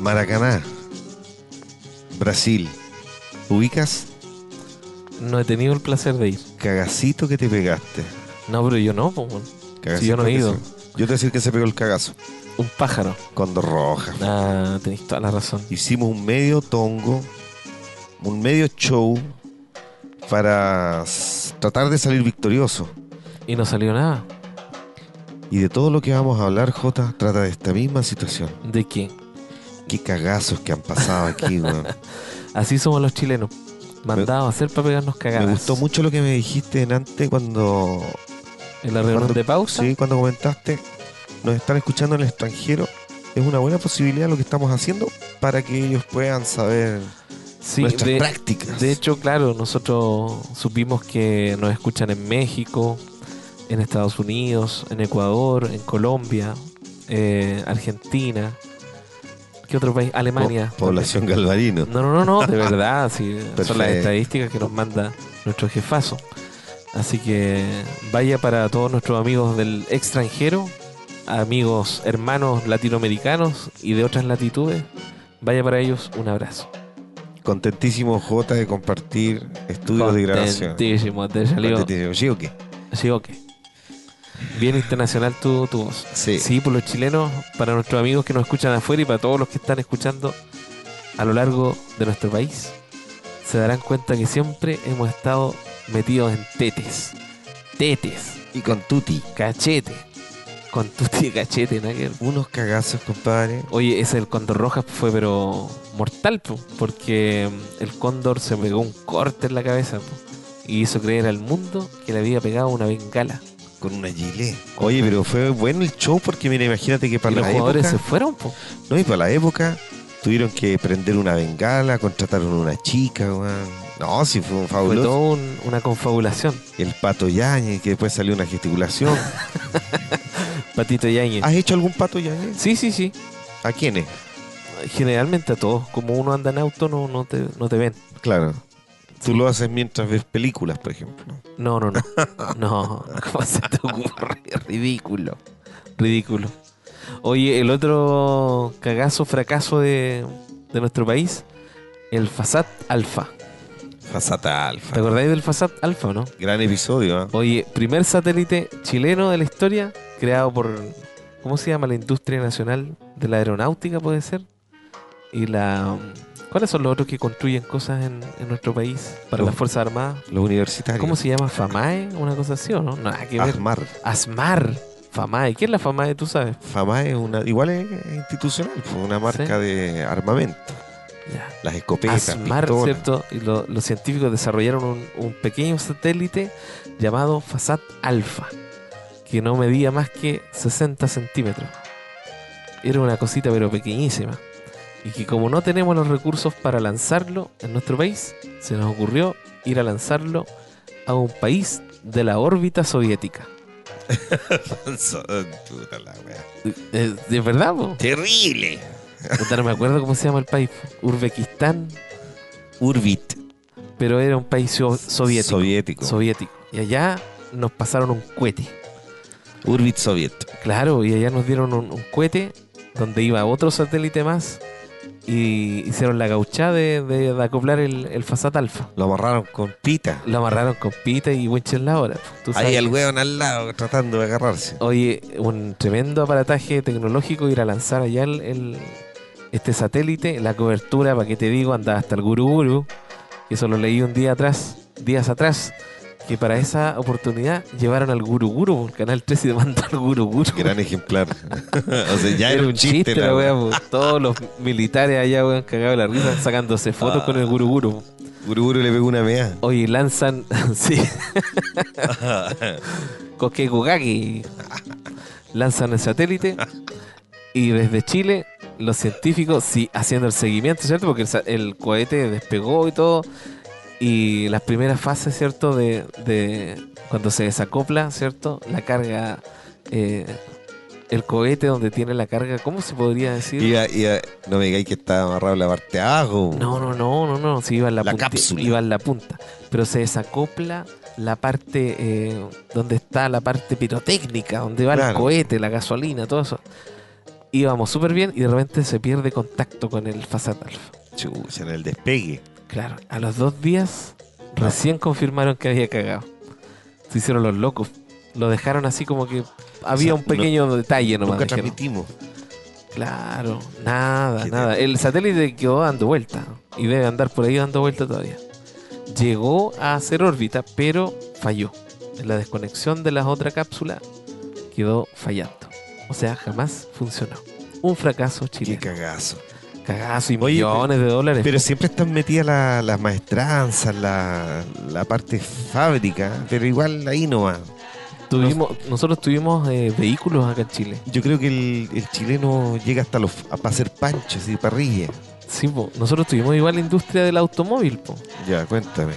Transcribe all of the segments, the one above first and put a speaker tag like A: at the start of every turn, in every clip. A: Maracaná, Brasil. ¿Ubicas?
B: No he tenido el placer de ir.
A: Cagacito que te pegaste.
B: No, pero yo no, po, weón.
A: Cagacito
B: Si yo no
A: que
B: he ido.
A: se- Yo te voy a decir que se pegó el cagazo.
B: Un pájaro.
A: Cuando roja.
B: Ah, tenéis toda la razón.
A: Hicimos un medio tongo, un medio show para s- tratar de salir victorioso.
B: Y no salió nada.
A: Y de todo lo que vamos a hablar, Jota, trata de esta misma situación.
B: ¿De qué?
A: Qué cagazos que han pasado aquí, weón.
B: Así somos los chilenos. Mandados a hacer para pegarnos cagadas.
A: Me gustó mucho lo que me dijiste en antes cuando,
B: En la reunión
A: cuando-
B: de pausa.
A: sí, cuando comentaste, nos están escuchando en el extranjero. Es una buena posibilidad lo que estamos haciendo para que ellos puedan saber
B: Sí,
A: nuestras
B: de-
A: prácticas.
B: De hecho, claro, nosotros supimos que nos escuchan en México, en Estados Unidos, en Ecuador, en Colombia, eh, Argentina. ¿Qué otro país?
A: Po-
B: Alemania.
A: población galvarino.
B: No, no, no, no, de verdad, sí, son
A: Perfecto.
B: las estadísticas que nos manda nuestro jefazo. Así que vaya para todos nuestros amigos del extranjero, amigos, hermanos latinoamericanos y de otras latitudes, vaya para ellos un abrazo.
A: Contentísimo, Jota, de compartir estudios de grabación.
B: Contentísimo, te salió.
A: Contentísimo. ¿Sí o qué?
B: Sí, ok. Bien internacional tu, tu voz.
A: Sí.
B: Sí, por los chilenos, para nuestros amigos que nos escuchan afuera y para todos los que están escuchando a lo largo de nuestro país, se darán cuenta que siempre hemos estado metidos en tetes. Tetes,
A: Y con Tuti.
B: cachete. Con tu tío cachete, nada que ver.
A: Unos cagazos, compadre.
B: Oye, ese del Cóndor Rojas fue pero mortal, po, porque mm, el Cóndor se pegó un corte en la cabeza po, y hizo creer al mundo que le había pegado una bengala.
A: Con una gilet. Oye, pero fue bueno el show porque, mira, imagínate que
B: y
A: para
B: los
A: la
B: jugadores
A: época...
B: se fueron, po.
A: No, y para la época tuvieron que prender una bengala, contrataron una chica, weón. No, sí, fue un
B: Fue
A: fabuloso.
B: todo un- una confabulación.
A: El pato Yañez, que después salió una gesticulación.
B: Patito Yañez.
A: ¿Has hecho algún pato Yañez?
B: Sí, sí, sí.
A: ¿A quiénes?
B: Generalmente a todos. Como uno anda en auto, no, no, te, no te ven.
A: Claro. Tú lo haces mientras ves películas, por ejemplo.
B: No, no, no. No, ¿cómo se te ocurre? Ridículo. Ridículo. Oye, el otro cagazo, fracaso de, de nuestro país, el Fasat Alfa.
A: Fasata
B: ¿Te
A: Alfa.
B: acordáis del Fasat Alfa, no?
A: Gran episodio, ¿ah?
B: Oye, primer satélite chileno de la historia, creado por, ¿cómo se llama? La Industria Nacional de la Aeronáutica, puede ser. Y la... ¿Cuáles son los otros que construyen cosas en, en nuestro país para
A: Los-
B: las Fuerzas Armadas?
A: Los universitarios.
B: ¿Cómo se llama? ¿FAMAE? ¿Una cosa así o no? Nada que ver.
A: ASMAR.
B: ASMAR. FAMAE. ¿Quién es la FAMAE? Tú sabes.
A: FAMA es una. Igual es institucional, fue una marca de armamento.
B: Ya.
A: Las escopetas.
B: ASMAR,
A: pistolas.
B: ¿cierto? Y lo- los científicos desarrollaron un, un pequeño satélite llamado Fasat Alpha, que no medía más que 60 centímetros. Era una cosita pero pequeñísima. Y que como no tenemos los recursos para lanzarlo en nuestro país, se nos ocurrió ir a lanzarlo a un país de la órbita soviética.
A: Puta la wea.
B: Eh, ¿De verdad? po?
A: Terrible.
B: Puta, No me acuerdo cómo se llama el país. Uzbekistán,
A: Urbit.
B: pero era un país so- soviético.
A: Soviético.
B: soviético. Y allá nos pasaron un cohete.
A: Urbit soviet.
B: Claro, y allá nos dieron un, un cohete donde iba otro satélite más y hicieron la gauchá de, de- de acoplar el, el Fasat Alfa.
A: Lo amarraron con pita.
B: Lo amarraron con pita y winches en la hora. pues, Tú
A: Ahí
B: sabes.
A: el weón al lado tratando de agarrarse.
B: Oye, un tremendo aparataje tecnológico ir a lanzar allá el, el- este satélite. La cobertura, para qué te digo, andaba hasta el Guru Guru. que Eso lo leí un día atrás, días atrás. Que para esa oportunidad llevaron al Guru Guru, por Canal 13 y demandó al Guru Guru.
A: Gran ejemplar. o sea, ya era, un chiste, la
B: la
A: wea.
B: wea, po. Todos los militares allá, weón, cagados de la risa, sacándose fotos
A: Ah.
B: con el Guru Guru.
A: Guru Guru le pegó una mea.
B: Oye, lanzan, sí, Kokekugaki. Lanzan el satélite y desde Chile los científicos sí haciendo el seguimiento, ¿cierto? Porque el, sa- el cohete despegó y todo. Y las primeras fases, ¿cierto? De, de cuando se desacopla, ¿cierto? La carga, eh, el cohete donde tiene la carga, ¿cómo se podría decir?
A: Iba- iba- no me digáis que estaba amarrado la parte de abajo.
B: No, no, no, no, no. Sí, iba en la,
A: La
B: punti-
A: cápsula.
B: Iba en la punta. Pero se desacopla la parte eh, donde está la parte pirotécnica, donde va
A: Claro.
B: el cohete, la gasolina, todo eso. íbamos súper bien y de repente se pierde contacto con el Fasat Alpha.
A: Chucha, en el despegue.
B: Claro, a los dos días recién confirmaron que había cagado. Se hicieron los locos. Lo dejaron así como que había
A: sea,
B: un pequeño detalle nomás.
A: Nunca
B: dijeron.
A: transmitimos.
B: Claro, nada,
A: Qué
B: nada. El satélite quedó dando vuelta y debe andar por ahí dando vuelta todavía. Llegó a hacer órbita, pero falló. En la desconexión de la otra cápsula quedó fallando. O sea, jamás funcionó. Un fracaso
A: Qué
B: chileno.
A: cagazo.
B: Cagazo y
A: Oye,
B: millones de dólares.
A: Pero siempre están metidas la- las maestranzas, la, la parte fábrica, pero igual ahí no va.
B: Tuvimos, nosotros tuvimos eh, vehículos acá en Chile.
A: Yo creo que el, el chileno llega hasta los para hacer panchos y parrillas.
B: Sí, po. nosotros tuvimos igual la industria del automóvil. Po.
A: Ya, cuéntame.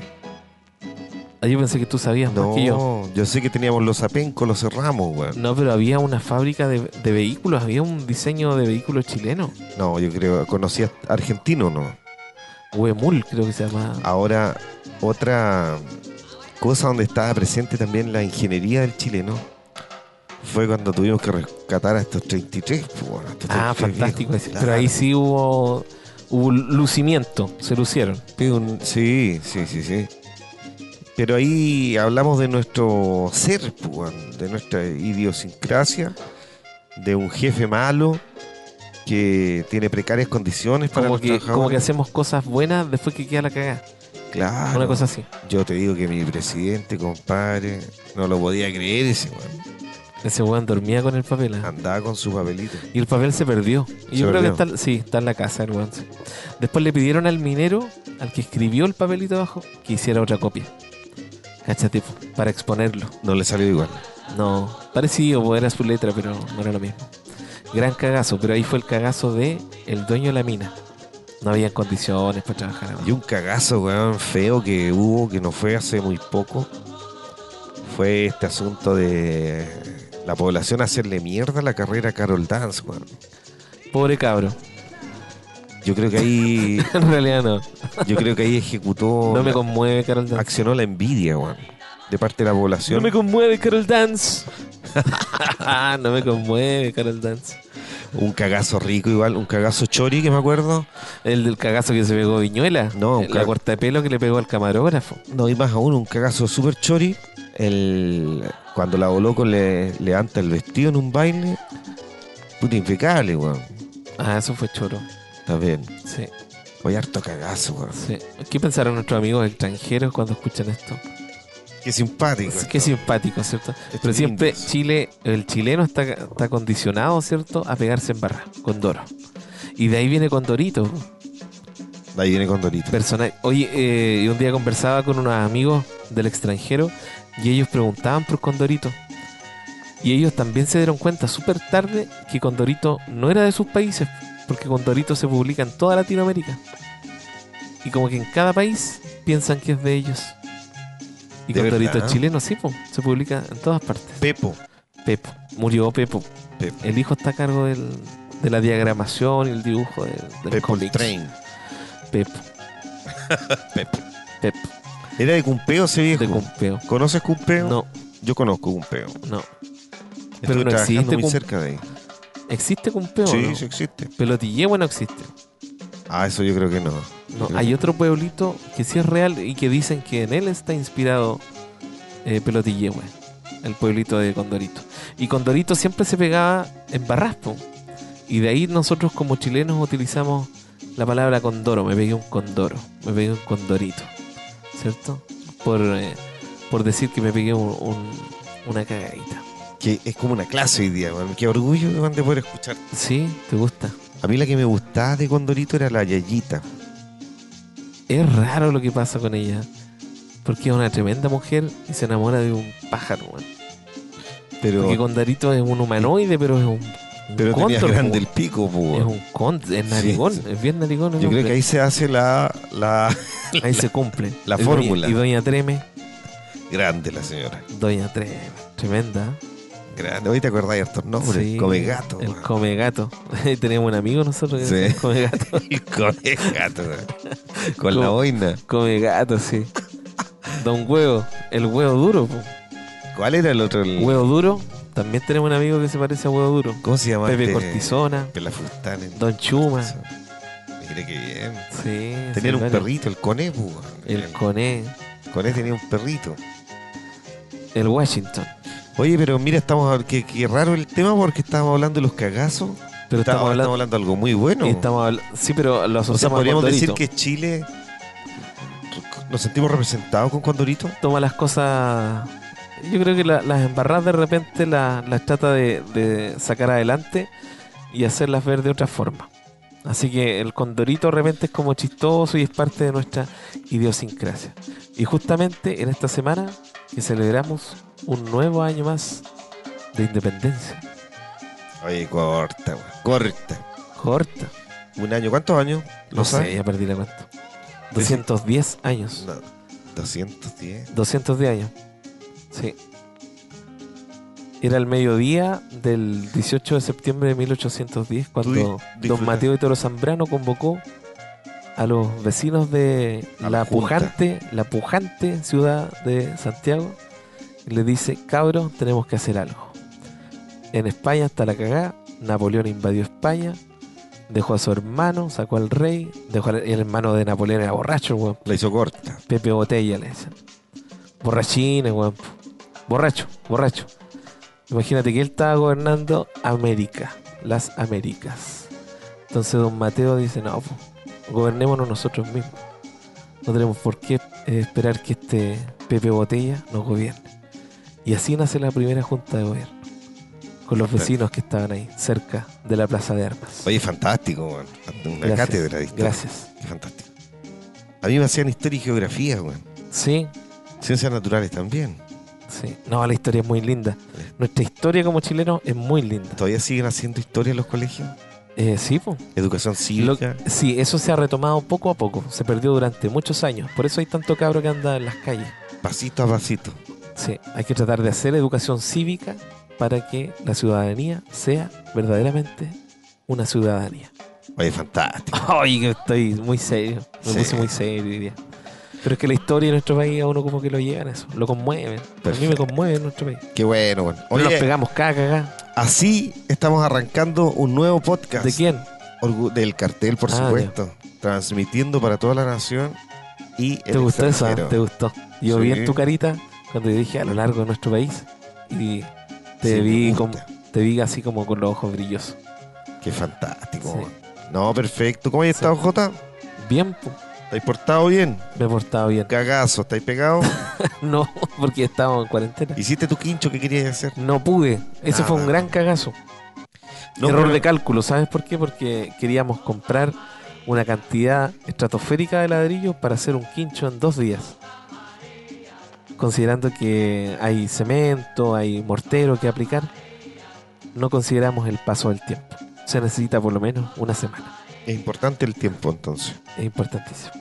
B: Ah, Yo pensé que tú sabías más
A: No,
B: que yo.
A: yo. sé que teníamos los apencos, los cerramos, weón.
B: No, pero había una fábrica de, de vehículos, había un diseño de vehículos chileno.
A: No, yo creo, conocía argentino, ¿no?
B: Huemul, creo que se llama.
A: Ah, Ahora, otra cosa donde estaba presente también la ingeniería del chileno fue cuando tuvimos que rescatar a estos 33. pues, bueno, a estos
B: Ah,
A: 33
B: fantástico.
A: viejos,
B: Pero ahí
A: claro.
B: sí hubo, hubo lucimiento, se lucieron.
A: Sí, un- sí, sí, sí, sí. Pero ahí hablamos de nuestro ser, pues, weón, de nuestra idiosincrasia, de un jefe malo que tiene precarias condiciones para
B: Como
A: los
B: que, como que
A: trabajadores.
B: hacemos cosas buenas después que queda la cagada.
A: Claro.
B: Una cosa así.
A: Yo te digo que mi presidente, compadre, no lo podía creer ese weón.
B: Ese weón dormía con el papel. ¿ah?
A: Andaba con su papelito.
B: Y el papel se perdió. Y
A: Se
B: yo creo que
A: perdió.
B: está, sí, está en la casa el weón. sí. Después le pidieron al minero, al que escribió el papelito abajo, que hiciera otra copia. Cachate, po, para exponerlo.
A: No le salió igual.
B: No, parecido, pues, era su letra, pero no era lo mismo. Gran cagazo, pero ahí fue el cagazo de el dueño de la mina. No había condiciones para trabajar. ¿no?
A: Y un cagazo, weón, feo que hubo, que no fue hace muy poco, fue este asunto de la población hacerle mierda a la carrera a Carol Dance, weón.
B: Pobre cabro.
A: Yo creo que ahí,
B: en realidad no.
A: yo creo que ahí ejecutó,
B: No me conmueve Carol Dance.
A: accionó la envidia, weón, de parte de la
B: No
A: población.
B: me conmueve Carol Dance. Ah, no me conmueve Carol Dance.
A: Un cagazo rico igual, un cagazo chori que me acuerdo.
B: El del cagazo que se pegó Viñuela.
A: No,
B: la
A: claro.
B: corta de pelo que le pegó al camarógrafo.
A: No, y más aún, un cagazo super chori. El, cuando la loco le levanta el vestido en un baile. Puta, impecable, weón.
B: Ah, eso fue choro.
A: También.
B: Sí,
A: Oye, harto cagazo, weón.
B: sí. ¿Qué pensaron nuestros amigos extranjeros cuando escuchan esto?
A: Qué simpático.
B: Sí,
A: esto.
B: Qué simpático, ¿cierto?
A: Estos
B: Pero siempre
A: lindos.
B: Chile, el chileno está, está condicionado, ¿cierto? A pegarse en barra, con Doro. Y de ahí viene Condorito,
A: Ahí viene con Dorito.
B: personal. Oye, eh, y un día conversaba con unos amigos del extranjero y ellos preguntaban por Condorito. Y ellos también se dieron cuenta súper tarde que Condorito no era de sus países, porque Condorito se publica en toda Latinoamérica. Y como que en cada país piensan que es de ellos. Y
A: ¿De
B: Condorito
A: verdad?
B: es chileno, sí, po, se publica en todas partes.
A: Pepo.
B: Pepo. Murió Pepo.
A: Pepo.
B: El hijo está a cargo del- de la diagramación y el dibujo del, del
A: Pepo el
B: cómics.
A: Train.
B: Pepo.
A: Pepo.
B: Pepo.
A: ¿Era de Cumpeo ese viejo?
B: De Cumpeo.
A: ¿Conoces Cumpeo?
B: No,
A: Yo conozco Cumpeo.
B: no.
A: Estuve
B: no
A: trabajando
B: existe
A: muy
B: Cum-
A: cerca de ahí.
B: ¿Existe Cumpeo?
A: sí,
B: o no?
A: sí existe.
B: Pelotille, bueno, existe.
A: Ah, eso yo creo que no.
B: No,
A: Creo
B: hay
A: que-
B: otro pueblito que sí es real y que dicen que en él está inspirado eh, Pelotille, güey. El pueblito de Condorito. Y Condorito siempre se pegaba en Barraspo. Y de ahí nosotros como chilenos utilizamos la palabra condoro. Me pegué un condoro. Me pegué un condorito. ¿Cierto? Por, eh, por decir que me pegué un- un- una cagadita.
A: Que es como una clase hoy día, weón. Qué orgullo weón, de poder escuchar.
B: ¿Sí? ¿Te gusta?
A: A mí la que me gustaba de Condorito era la Yayita.
B: Es raro lo que pasa con ella. Porque es una tremenda mujer y se enamora de un pájaro, weón.
A: Pero,
B: Porque Condarito es un humanoide, pero es un, un
A: pero tenía
B: cóndor,
A: grande
B: weón.
A: el pico, po,
B: Es
A: weón.
B: un cóndor, es narigón,
A: Sí, sí.
B: es bien narigón. el
A: Yo creo
B: hombre.
A: que ahí se hace la, la
B: ahí, se cumple.
A: la
B: Y doña-
A: fórmula.
B: Y Doña Treme,
A: grande la señora.
B: Doña Treme, tremenda.
A: Grande. Hoy te acordás de estos nombres.
B: Sí,
A: come gato.
B: El come gato. Tenemos un amigo nosotros que
A: Sí.
B: decía come gato.
A: come gato. weón. Con la
B: Como-
A: boina.
B: Come gato, sí. Don Huevo, el huevo duro, po.
A: ¿Cuál era el otro? El-
B: huevo duro, También tenemos un amigo que se parece a Huevo Duro.
A: ¿Cómo se llama?
B: Pepe
A: este?
B: Cortisona,
A: Pelafustán en-
B: Don Chuma.
A: Mire que bien. Tenían
B: Sí. sí,
A: un
B: varios.
A: perrito, el Coné, pues, weón.
B: El Coné,
A: Coné tenía un perrito.
B: el Washington.
A: Oye, pero mira, estamos a- qué, qué raro el tema porque estábamos hablando de los cagazos. Estamos,
B: Pero estamos hablando.
A: de algo muy bueno.
B: estamos habla- sí, pero lo
A: o sea,
B: asociamos
A: podríamos
B: con
A: decir
B: Dorito.
A: que Chile nos sentimos representados con Condorito.
B: toma las cosas. Yo creo que la- las embarradas de repente la- las trata de, de sacar adelante y hacerlas ver de otra forma. Así que el condorito de repente es como chistoso y es parte de nuestra idiosincrasia. Y justamente en esta semana que celebramos un nuevo año más de independencia.
A: Oye, corta, weón, corta.
B: Corta.
A: ¿Un año? ¿Cuántos años? ¿Lo
B: No sé,
A: sabes?
B: ya perdí la cuenta. 210 años.
A: No, 210.
B: 210 años. Sí. Era el mediodía del 18 de septiembre de 1810
A: Tú di-
B: cuando
A: disfruta.
B: don Mateo y Toro Zambrano convocó a los vecinos de
A: A la
B: la
A: junta.
B: pujante, la pujante ciudad de Santiago y le dice, cabros, tenemos que hacer algo. En España está la cagá, Napoleón invadió España, dejó a su hermano, sacó al rey, dejó al el hermano de Napoleón era borracho, el weón.
A: La hizo corta.
B: Pepe Botella le decían. Borrachines, weón. Borracho, borracho. Imagínate que él estaba gobernando América, las Américas. Entonces don Mateo dice, no, po, gobernémonos nosotros mismos. No tenemos por qué eh, esperar que este Pepe Botella nos gobierne. Y así nace la primera junta de gobierno, con los
A: Perfecto.
B: vecinos que estaban ahí, cerca de la Plaza de Armas.
A: Oye, fantástico, weón. Una
B: Gracias,
A: cátedra de historia.
B: Gracias.
A: Qué fantástico. A mí me hacían historia y geografía, weón.
B: Sí,
A: Ciencias naturales también.
B: Sí. No, la historia es muy linda. Nuestra historia como chilenos es muy linda.
A: ¿Todavía siguen haciendo historia en los colegios?
B: Eh, sí, po.
A: Educación cívica.
B: sí, eso se ha retomado poco a poco. Se perdió durante muchos años. Por eso hay tanto cabro que anda en las calles.
A: Pasito a pasito.
B: Sí, hay que tratar de hacer educación cívica para que la ciudadanía sea verdaderamente una ciudadanía.
A: Oye, fantástico.
B: Ay, que estoy muy serio. Me
A: Sí.
B: puse muy serio hoy día. Pero es que la historia de nuestro país a uno como que lo llegan a eso, lo conmueven. A mí me
A: Perfecto.
B: conmueve nuestro país.
A: Qué bueno, weón.
B: Oye, nos
A: Oye,
B: pegamos cada cagá.
A: así estamos arrancando un nuevo podcast.
B: ¿De quién?
A: Orgu- del cartel, por
B: Ah,
A: supuesto. Transmitiendo para toda la nación y el
B: ¿Te gustó esa?
A: extranjero.
B: ¿Te gustó? Yo vi en
A: Sí.
B: tu carita cuando yo dije a lo largo de nuestro país y te
A: Sí,
B: vi
A: me
B: como
A: gusta.
B: te vi así como con los ojos brillosos.
A: Qué fantástico,
B: Sí.
A: weón. No, perfecto. ¿Cómo has
B: Sí.
A: estado, Jota?
B: Bien, po,
A: ¿Estáis portado bien?
B: me he portado bien.
A: Cagazo, ¿estáis pegado?
B: No, porque estábamos en cuarentena.
A: ¿Hiciste tu quincho que querías hacer?
B: No pude. Ese
A: Ah,
B: fue un
A: vale.
B: gran cagazo.
A: No,
B: Error
A: pero-
B: de cálculo, ¿sabes por qué? Porque queríamos comprar una cantidad estratosférica de ladrillos para hacer un quincho en dos días. Considerando que hay cemento, hay mortero que aplicar, no consideramos el paso del tiempo. Se necesita por lo menos una semana.
A: Es importante el tiempo, entonces.
B: Es importantísimo.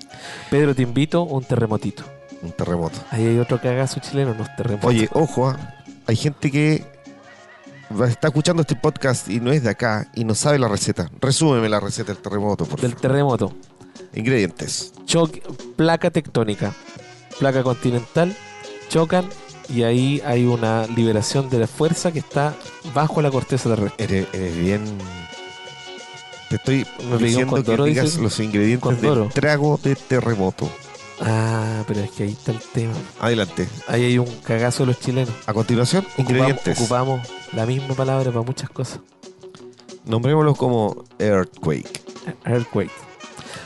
B: Pedro, te invito a un terremotito.
A: Un terremoto.
B: Ahí hay otro cagazo chileno, unos terremotos.
A: Oye, ojo, ah, hay gente que va- está escuchando este podcast y no es de acá y no sabe la receta. Resúmeme la receta del terremoto, por
B: del
A: favor.
B: terremoto.
A: Ingredientes.
B: choque, placa tectónica, placa continental, chocan y ahí hay una liberación de la fuerza que está bajo la corteza terrestre.
A: Eres, eres bien. Te estoy
B: pegué un
A: diciendo que
B: condoro,
A: digas
B: dice.
A: los ingredientes
B: Condoro.
A: del trago de terremoto.
B: Ah, pero es que ahí está el tema.
A: Adelante.
B: Ahí hay un cagazo de los chilenos.
A: A continuación,
B: Ocupamos,
A: ingredientes.
B: ocupamos la misma palabra para muchas cosas.
A: Nombrémoslos como Earthquake.
B: Earthquake.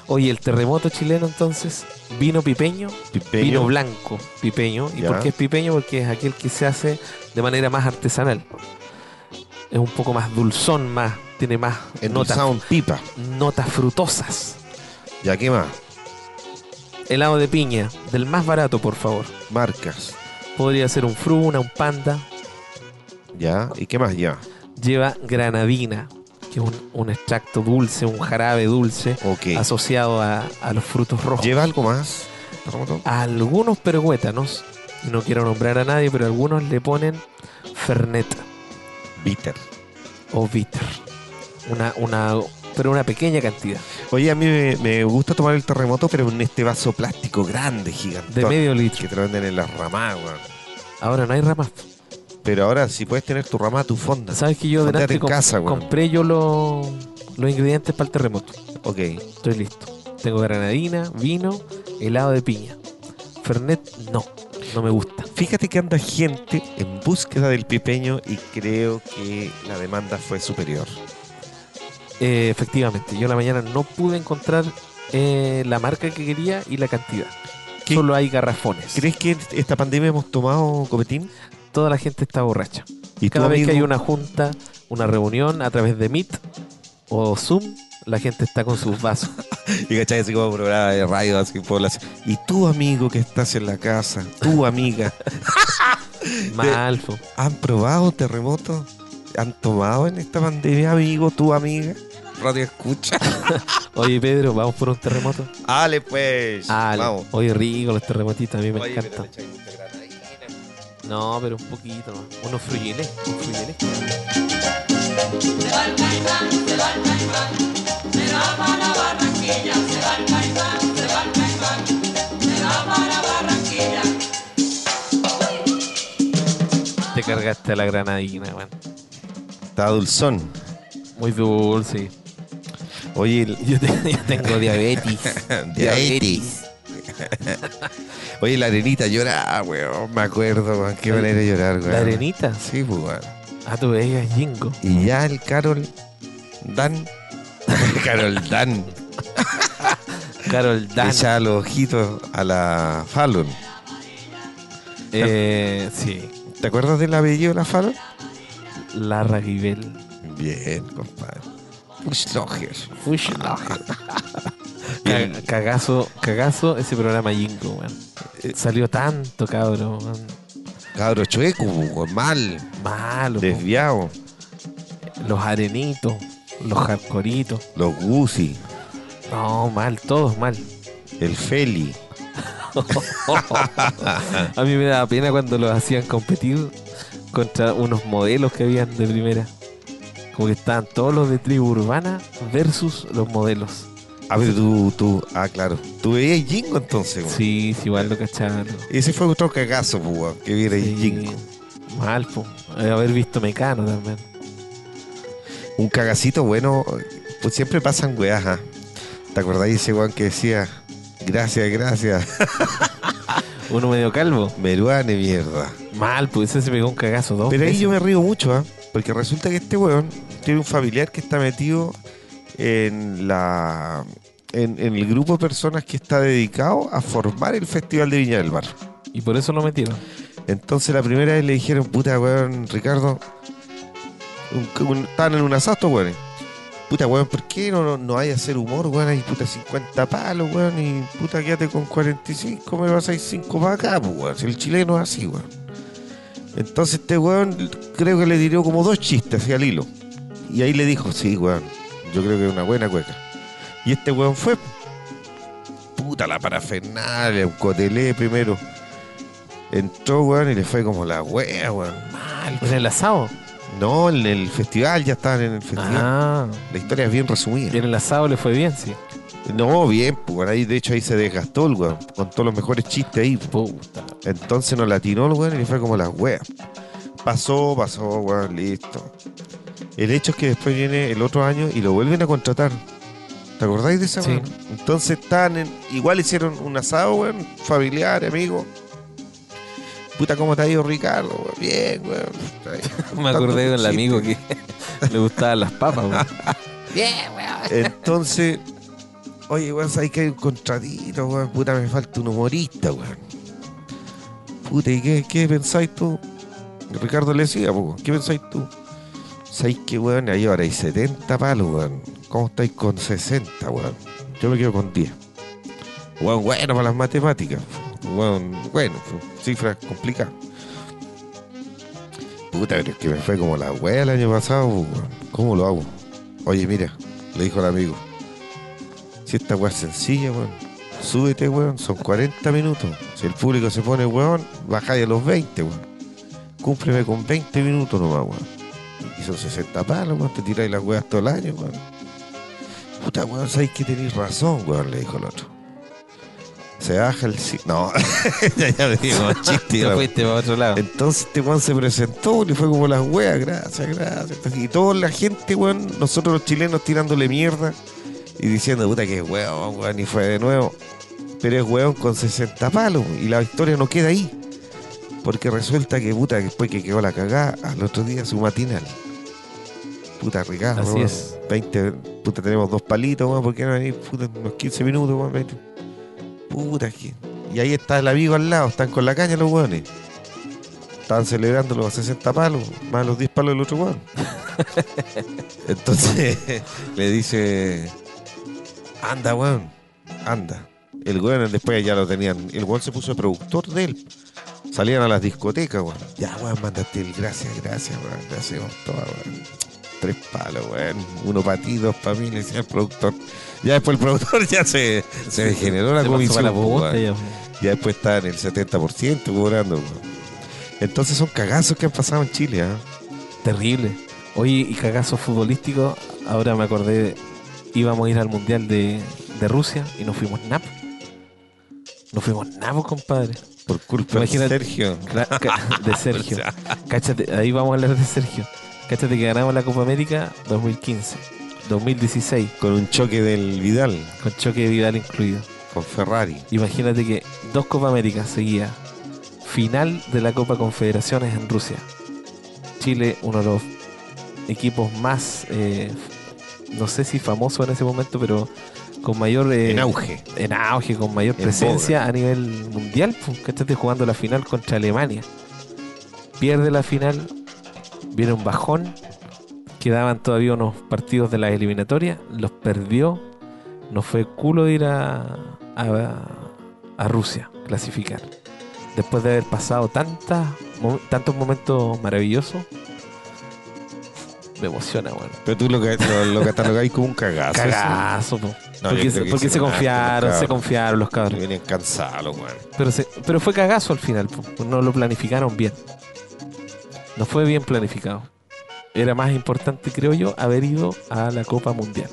B: Oye, el terremoto chileno entonces, vino pipeño,
A: Pipeño.
B: vino blanco, pipeño. ¿Y
A: Ya.
B: por qué es pipeño? Porque es aquel que se hace de manera más artesanal. Es un poco más dulzón, más, tiene más notas
A: Endulzado en pipa.
B: notas frutosas.
A: Ya, ¿qué más?
B: Helado de piña, del más barato, por favor.
A: Marcas.
B: Podría ser un fruna, un panda.
A: Ya. ¿Y qué más ya?
B: Lleva granadina, que es un, un extracto dulce, un jarabe dulce,
A: Ok.
B: asociado a, a los frutos rojos.
A: ¿Lleva algo más? terremoto?
B: Algunos perguétanos, no quiero nombrar a nadie, pero algunos le ponen fernet
A: Bitter.
B: o bitter. Una, una, pero una pequeña cantidad,
A: Oye, a mí me, me gusta tomar el terremoto, pero en este vaso plástico grande,
B: de
A: gigante.
B: medio litro.
A: Que te lo venden en las ramas, weón.
B: Ahora no hay ramas.
A: Pero ahora si puedes tener tu rama, tu fonda.
B: Sabes que yo
A: Fondeate
B: delante
A: en casa, weón.
B: compré yo los, los ingredientes para el terremoto.
A: Ok.
B: Estoy listo. Tengo granadina, vino, helado de piña. Fernet, no, no me gusta.
A: Fíjate que anda gente en búsqueda del pipeño y creo que la demanda fue superior.
B: Eh, efectivamente, yo en la mañana no pude encontrar eh, la marca que quería y la cantidad.
A: ¿Qué?
B: Solo hay garrafones.
A: ¿Crees que en esta pandemia hemos tomado copetín?
B: Toda la gente está borracha.
A: Y
B: Cada
A: tú,
B: vez que hay
A: amigo,
B: una junta, una reunión a través de Meet o Zoom, la gente está con sus vasos.
A: Y cachai, así como programa de radio, así por las- Y tú, amigo que estás en la casa, tu amiga,
B: Mal, po.
A: ¿han probado terremoto? ¿Han tomado en esta pandemia, amigo, tu amiga? Radio escucha.
B: Oye, Pedro, vamos por un terremoto.
A: Ale, pues.
B: Ah,
A: Vamos.
B: oye, rico los terremotitos, a mí me
A: Oye, pero
B: encantan.
A: le echáis mucha granadina.
B: No, pero un poquito más. Unos fruyeles, unos fruyeles.
C: Se va el caimán, se va el caimán, se va para Barranquilla, se va el caimán, se va el caimán, se va para Barranquilla.
B: Te cargaste a la granadina, weón.
A: Está dulzón.
B: Muy dulce.
A: Oye, el-
B: Yo, te- yo tengo diabetes.
A: Diabetes. Oye, la arenita lloraba, weón. Me acuerdo, weón. Qué
B: La-
A: manera de llorar, weón.
B: La arenita.
A: Sí, pues, weón.
B: Ah, tu bella Jingo.
A: Y ya el Carol Dan. Carol Dan.
B: Carol Dan.
A: Echa los ojitos a la Fallon.
B: Eh, sí.
A: ¿Te acuerdas del apellido de la Fallon?
B: La Ragivel.
A: Bien, compadre. Bushloger. Ah, Bien.
B: Ca- Cagazo, cagazo ese programa Jingo, weón.
A: Eh.
B: Salió tanto, cabrón. weón.
A: Cabro chueco, pues, weón. Mal.
B: Malo. po.
A: Desviado.
B: Los arenitos. Los hardcoreitos.
A: Los Gusi.
B: No, mal, todos mal.
A: El Feli.
B: A mí me daba pena cuando los hacían competir contra unos modelos que habían de primera. Como que estaban todos los de tribu urbana versus los modelos.
A: A ver, tú, tú. Ah, claro. Tú veías Jingo entonces, weón.
B: Sí, sí, igual lo cachaban.
A: Ese fue otro cagazo, pues, weón, que viera
B: Sí.
A: el Jingo.
B: Mal, po. Eh, Haber visto Mecano también.
A: Un cagacito bueno, pues siempre pasan weas, ¿ah? ¿Te acordáis ese weón que decía, gracias, gracias,
B: Uno medio calvo.
A: meruane mierda?
B: Mal, pues ese se pegó un cagazo dos
A: Pero ahí
B: veces.
A: yo me río mucho, ¿ah? Porque resulta que este weón tiene un familiar que está metido en la... En, en el grupo de personas que está dedicado a formar el Festival de Viña del Mar.
B: Y por eso lo metieron.
A: Entonces la primera vez le dijeron, puta weón, Ricardo, un- un- estaban en un asalto, weón. Puta weón, ¿por qué no, no, no hay hacer humor, weón? Hay puta 50 palos, weón, y puta quédate con 45, me vas a ir 5 para acá, pues, weón. Si el chileno es así, weón. Entonces este weón creo que le tiró como dos chistes hacia al hilo. Y ahí le dijo, sí, weón, yo creo que es una buena cueca. Y este weón fue. Puta la parafernalia, un cotelé primero. Entró, weón, y le fue como la wea, weón.
B: Mal. En Pues el asado.
A: No, en el festival, ya estaban en el festival.
B: Ah.
A: La historia es bien
B: Y
A: resumida.
B: en el asado le fue bien, sí.
A: No, bien, pues, weón, ahí, de hecho ahí se desgastó el weón, contó los mejores chistes ahí. pues.
B: Puta.
A: Entonces nos latinó el weón y le fue como la wea. Pasó, pasó, weón, listo. El hecho es que después viene el otro año y lo vuelven a contratar. ¿Te acordáis de esa
B: Sí.
A: weón? Entonces están en- Igual hicieron un asado, weón, familiar, amigo. Puta, ¿cómo te ha ido Ricardo? weón? Bien, weón.
B: Me acordé
A: Tanto
B: del amigo
A: chiste.
B: que le gustaban las papas, weón.
A: Entonces, oye, weón, sabes que hay un contratito, weón. Puta, me falta un humorista, weón. Puta, ¿y qué, qué pensáis tú? Ricardo le decía, po, ¿qué pensáis tú? ¿Sabéis que, weón, ahí ahora hay 70 palos, weón? ¿Cómo estáis con 60, weón? Yo me quedo con 10. Weón, bueno para las matemáticas. Weón, bueno, fu- cifras complicadas. Puta, pero es que me fue como la wea el año pasado, po, weón. ¿Cómo lo hago? Oye, mira, le dijo el amigo. Si esta weá es sencilla, weón. Súbete, weón. Son 40 minutos. Si el público se pone, weón, bajáis a los 20, weón. Cúmpleme con 20 minutos nomás, weón. Y son 60 palos, weón. Te tiráis las weas todo el año, weón. Puta, weón, sabéis que tenéis razón, weón, le dijo el otro. Se baja el... ci- No, ya, ya me digo, chiste.
B: Te
A: la-
B: fuiste para otro lado.
A: Entonces este weón se presentó y fue como las weas, gracias, gracias. Entonces, y toda la gente, weón, nosotros los chilenos tirándole mierda y diciendo, puta que weón, weón, y fue de nuevo. Pero es weón con 60 palos y la victoria no queda ahí. Porque resulta que, puta, que después que quedó la cagada, al otro día su matinal. Puta, Ricardo,
B: Así
A: weón,
B: es.
A: 20, puta, tenemos dos palitos, weón, ¿por qué no venís? Puta, unos 15 minutos, weón, 20. Puta, que... Y ahí está el amigo al lado, están con la caña los weones. Estaban celebrando los 60 palos, más los 10 palos del otro weón. Entonces le dice, anda weón, anda. El weón después ya lo tenían, el weón se puso productor de él. Salían a las discotecas, weón. Ya, weón, mandaste el gracias, gracias, weón, gracias, weón, toma, weón. Tres palos, weón. Uno para ti, dos para mí, le decía el productor. Ya después el productor ya se, se degeneró la
B: Te pasó
A: comisión.
B: para la
A: po,
B: punta
A: weón
B: ya.
A: ya después está en el 70% cobrando. weón. Entonces son cagazos que han pasado en Chile. ¿ah?
B: Terrible. Oye, y cagazo futbolístico. Ahora me acordé, íbamos a ir al Mundial de, de Rusia y no fuimos nap. No fuimos nap, compadre.
A: Por culpa de
B: Imagínate-
A: Sergio.
B: Ra- ca- De Sergio. Cáchate, ahí vamos a hablar de Sergio. Cáchate que ganamos la Copa América 2015, 2016,
A: Con un choque del Vidal,
B: con choque de Vidal incluido.
A: con Ferrari.
B: Imagínate que dos Copa Américas seguía. Final de la Copa Confederaciones en Rusia. Chile, uno de los equipos más, eh, no sé si famoso en ese momento, pero con mayor eh,
A: en auge.
B: en auge, con mayor
A: En
B: presencia a nivel mundial. pues, ¿Cachate? Jugando la final contra Alemania. Pierde la final, viene un bajón. Quedaban todavía unos partidos de la eliminatoria, los perdió. No fue culo de ir a, a, a Rusia clasificar. Después de haber pasado tantas, mo- tantos momentos maravillosos, me emociona, bueno.
A: Pero tú lo, ca- lo, lo catalogáis como un cagazo.
B: Cagazo, po.
A: ¿sí? No, yo
B: porque
A: creo
B: se,
A: que
B: porque se
A: lo
B: confiaron, se
A: cabrón.
B: confiaron los cabros.
A: Vienen cansados, weón.
B: Pero, se- pero fue cagazo al final, po. no lo planificaron bien. No fue bien planificado. Era más importante, creo yo, haber ido a la Copa Mundial.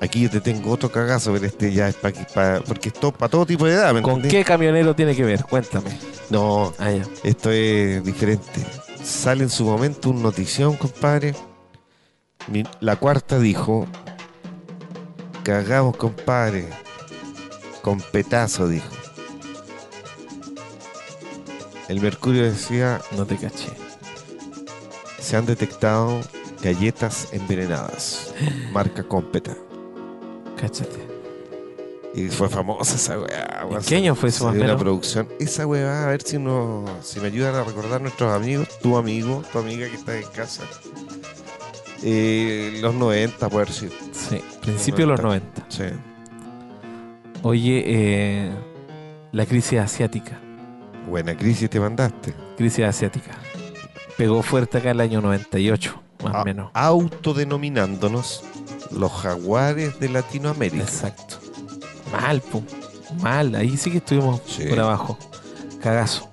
A: Aquí yo te tengo otro cagazo, pero este ya es para... porque esto para todo tipo de edad, ¿me
B: ¿Con
A: entendés?
B: qué camionero tiene que ver? Cuéntame.
A: No,
B: Ah, ya.
A: Esto es diferente. Sale en su momento un notición, compadre. Mi- La cuarta dijo: Cagamos, compadre. Con petazo, dijo. El Mercurio decía:
B: No te caché.
A: Se han detectado galletas envenenadas. Marca Competa.
B: Cáchate.
A: Y fue famosa esa weá. weón.
B: ¿En qué año fue eso,
A: Se
B: más o
A: dio una
B: menos?
A: producción. Esa weá, a ver si no, si me ayudan a recordar nuestros amigos, tu amigo, tu amiga que está en casa. Eh, los 90, por decir.
B: Sí, principio de los 90.
A: Sí.
B: Oye, eh, la crisis asiática.
A: Buena crisis te mandaste.
B: Crisis asiática. Pegó fuerte acá el año 98, más o
A: A-
B: menos.
A: Autodenominándonos los jaguares de Latinoamérica.
B: Exacto. Mal, po. Mal. Ahí sí que estuvimos
A: Sí.
B: por abajo. Cagazo.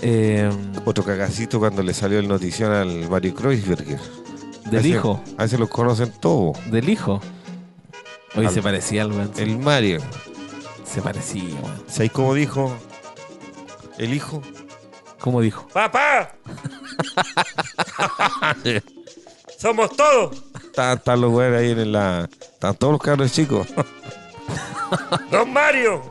B: Eh,
A: Otro cagacito cuando le salió el notición al Mario Kreuzberger.
B: del
A: Así-
B: hijo.
A: A ese los conocen todos.
B: Del hijo. Hoy
A: Al-
B: se parecía algo.
A: El Mario.
B: Se parecía, weón.
A: ¿Sabéis cómo dijo el hijo?
B: ¿Cómo dijo?
D: ¡Papá! Somos todos.
A: Están están los weones ahí en la. Están todos los cabros chicos.
D: Don Mario.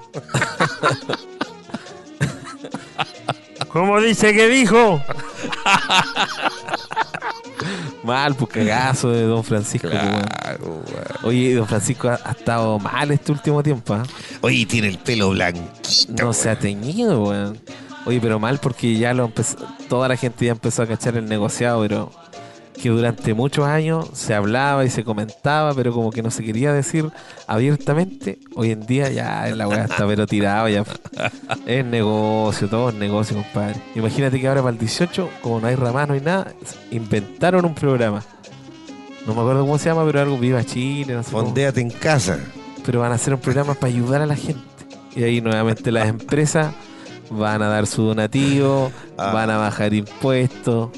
D: ¿Cómo dice que dijo?
B: Mal, pues cagazo de don Francisco. po, weón.
A: weón.
B: Oye, don Francisco ha, ha estado mal este último tiempo. ¿ah?
A: Oye, tiene el pelo blanquito.
B: No se ha teñido, weón. Oye, pero mal porque ya lo empezó, toda la gente ya empezó a cachar el negociado, pero que durante muchos años se hablaba y se comentaba, pero como que no se quería decir abiertamente. Hoy en día ya la weá está pero tirado ya. Es negocio, todo es negocio, compadre. Imagínate que ahora para el 18, como no hay ramás, no hay nada, inventaron un programa. No me acuerdo cómo se llama, pero algo Viva Chile, no sé cómo
A: Fondéate en casa.
B: pero van a hacer un programa para ayudar a la gente. Y ahí nuevamente las empresas van a dar su donativo,
A: Ah.
B: van a bajar impuestos.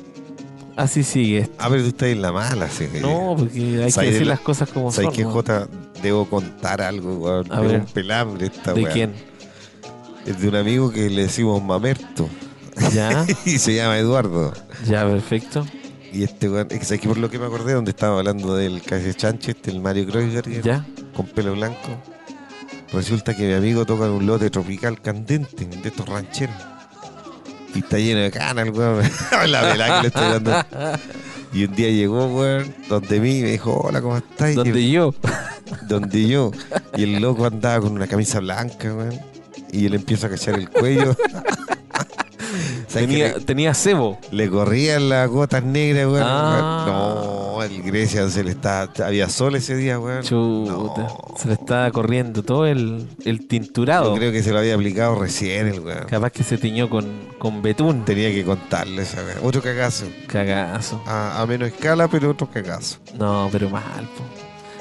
B: Así sigue.
A: A ver, tú estás en la mala, sí.
B: No, porque hay que
A: Sai de
B: decir
A: la-
B: las cosas como son.
A: ¿Sabes qué,
B: ¿no?
A: Jota? debo contar algo, weón.
B: A
A: Es
B: ver.
A: un pelambre esta
B: ¿De
A: weá.
B: quién?
A: Es de un amigo que le decimos Mamerto.
B: Ya,
A: y se llama Eduardo.
B: ya, perfecto.
A: Y este weón, es que ¿sabes qué? por lo que me acordé donde estaba hablando del Calle Chanche, este, el Mario Kreuzberger,
B: Ya.
A: con pelo blanco. Resulta que mi amigo toca en un lote tropical candente, de estos rancheros. Y está lleno de canas, el weón. la verdad que le estoy dando. Y un día llegó, weón, donde mí, y me dijo, hola, ¿cómo estás?
B: Donde yo.
A: donde yo. Y el loco andaba con una camisa blanca, weón. Y él empieza a cachar el cuello. ¿Sabes qué?
B: Tenía,
A: le,
B: tenía cebo.
A: le corrían las gotas negras, weón.
B: Ah.
A: No, el Grecia se le está. Había sol ese día, weón.
B: Chuta.
A: No.
B: Se le está corriendo todo el, el tinturado.
A: Yo creo que se lo había aplicado recién el weón.
B: Capaz que se tiñó con, con betún.
A: Tenía que contarle esa weón. Otro cagazo.
B: Cagazo.
A: A, a menos escala, pero otro cagazo.
B: No, pero mal, po.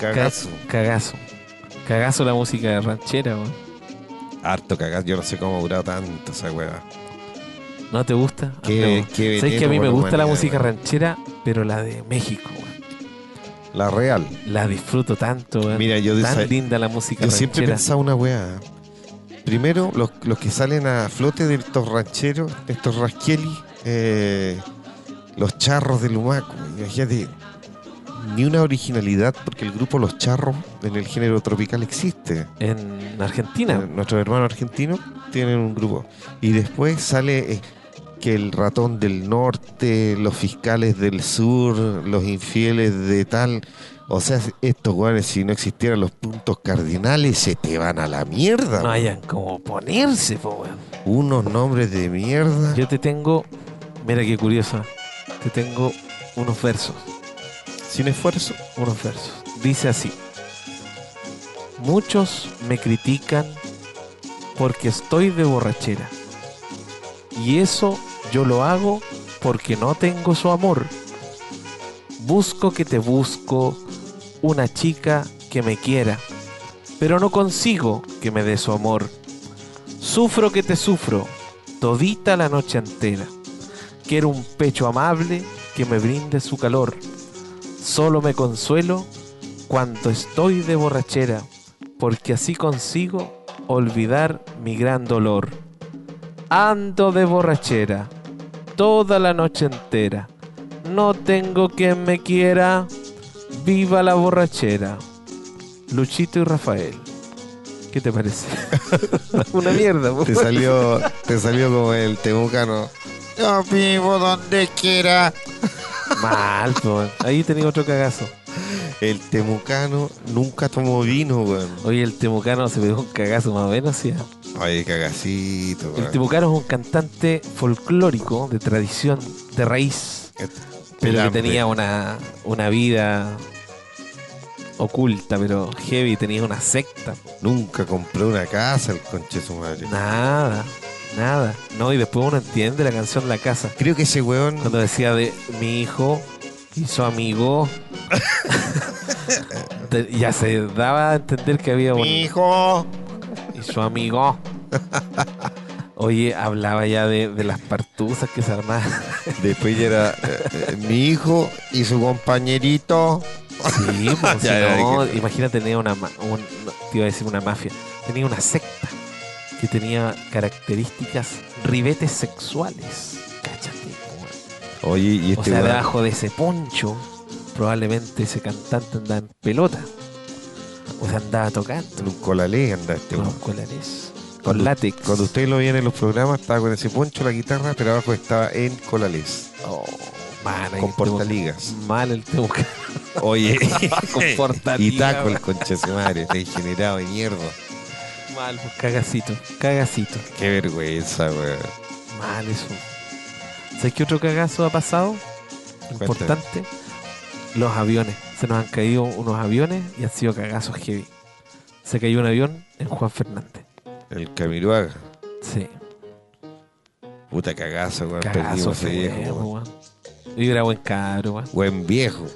B: Ca-
A: Cagazo.
B: Cagazo. Cagazo la música ranchera, weón.
A: Harto cagazo. Yo no sé cómo ha durado tanto esa weá.
B: ¿No te gusta? A mí
A: Qué-
B: me gusta.
A: qué
B: ¿Sabes que a mí
A: veneno
B: me
A: por
B: gusta la
A: humanidad,
B: música
A: weón.
B: ranchera, pero la de México, weón.
A: La real.
B: La disfruto tanto, weón.
A: Mira, yo de
B: Tan
A: esa-
B: linda la música
A: Yo siempre he
B: ranchera.
A: pensado una weá. Primero, los, los que salen a flote de estos rancheros, de estos rasquelis, eh, los charros de Lumaco. Imagínate, ni una originalidad porque el grupo Los Charros en el género tropical existe.
B: En Argentina.
A: Eh, Nuestros hermanos argentinos tienen un grupo. Y después sale eh, que el ratón del norte, los fiscales del sur, los infieles de tal. O sea, estos guanes, si no existieran los puntos cardinales, se te van a la mierda.
B: No hayan como ponerse, po, weón.
A: Unos nombres de mierda.
B: Yo te tengo. Mira qué curioso. Te tengo unos versos.
A: Sin esfuerzo.
B: Unos versos. Dice así. Muchos me critican porque estoy de borrachera. Y eso yo lo hago porque no tengo su amor. Busco que te busco una chica que me quiera, pero no consigo que me dé su amor. Sufro que te sufro todita la noche entera. Quiero un pecho amable que me brinde su calor. Solo me consuelo cuando estoy de borrachera, porque así consigo olvidar mi gran dolor. Ando de borrachera toda la noche entera. No tengo quien me quiera. Viva la borrachera. Luchito y Rafael. ¿Qué te parece? Una mierda. pues.
A: Te
B: po.
A: salió, te salió como el temucano. Yo vivo donde quiera.
B: Mal, po, weón. Ahí tenía otro cagazo.
A: El temucano nunca tomó vino, weón.
B: Oye, el Temucano se pegó un cagazo más o menos. ¿sí? ¿eh?
A: Ay, cagacito,
B: El
A: weón.
B: Temucano es un cantante folclórico de tradición, de raíz, pero que
A: Pelambre.
B: tenía una, una vida oculta, pero heavy, tenía una secta.
A: Nunca compró una casa el conche su madre.
B: Nada, nada. No, y después uno entiende la canción La Casa.
A: Creo que ese weón.
B: Cuando decía de mi hijo y su amigo, te- ya se daba a entender que había un,
A: ¡Mi hijo!
B: y su amigo. Oye, hablaba ya de, de las partuzas que se armaban.
A: Después ya era eh, eh, mi hijo y su compañerito.
B: Sí, po, si
A: Ya, ya,
B: no,
A: que-
B: imagínate tenía una ma- un- no, te iba a decir una mafia. Tenía una secta que tenía características ribetes sexuales. Cáchate, po, weón.
A: Oye, y
B: O
A: este
B: sea,
A: weón-
B: debajo de ese poncho, probablemente ese cantante andaba en pelota. O sea, andaba tocando
A: en un colalé anda este
B: con los
A: weón.
B: colares. Con
A: Cuando-
B: látex.
A: Cuando ustedes lo veían en los programas, estaba con ese poncho, la guitarra, pero abajo estaba en colalés,
B: Oh, man, ahí
A: con
B: estuvo
A: portaligas.
B: Mal el tema.
A: Oye,
B: con
A: y
B: portaliga,
A: taco el conche su madre, degenerado de mierda.
B: weón. Mal, pues, cagacito, cagacito.
A: Qué vergüenza, weón.
B: Mal eso. ¿Sabes qué otro cagazo ha pasado?
A: Cuéntame.
B: Importante. Los aviones. Se nos han caído unos aviones y han sido cagazos heavy. Se cayó un avión en Juan Fernández.
A: El Camiruaga.
B: Sí.
A: Puta cagazo, weón.
B: Cagazo
A: Perdimos ese
B: fue,
A: viejo, weón.
B: weón. Y era buen cabro, weón.
A: Buen viejo.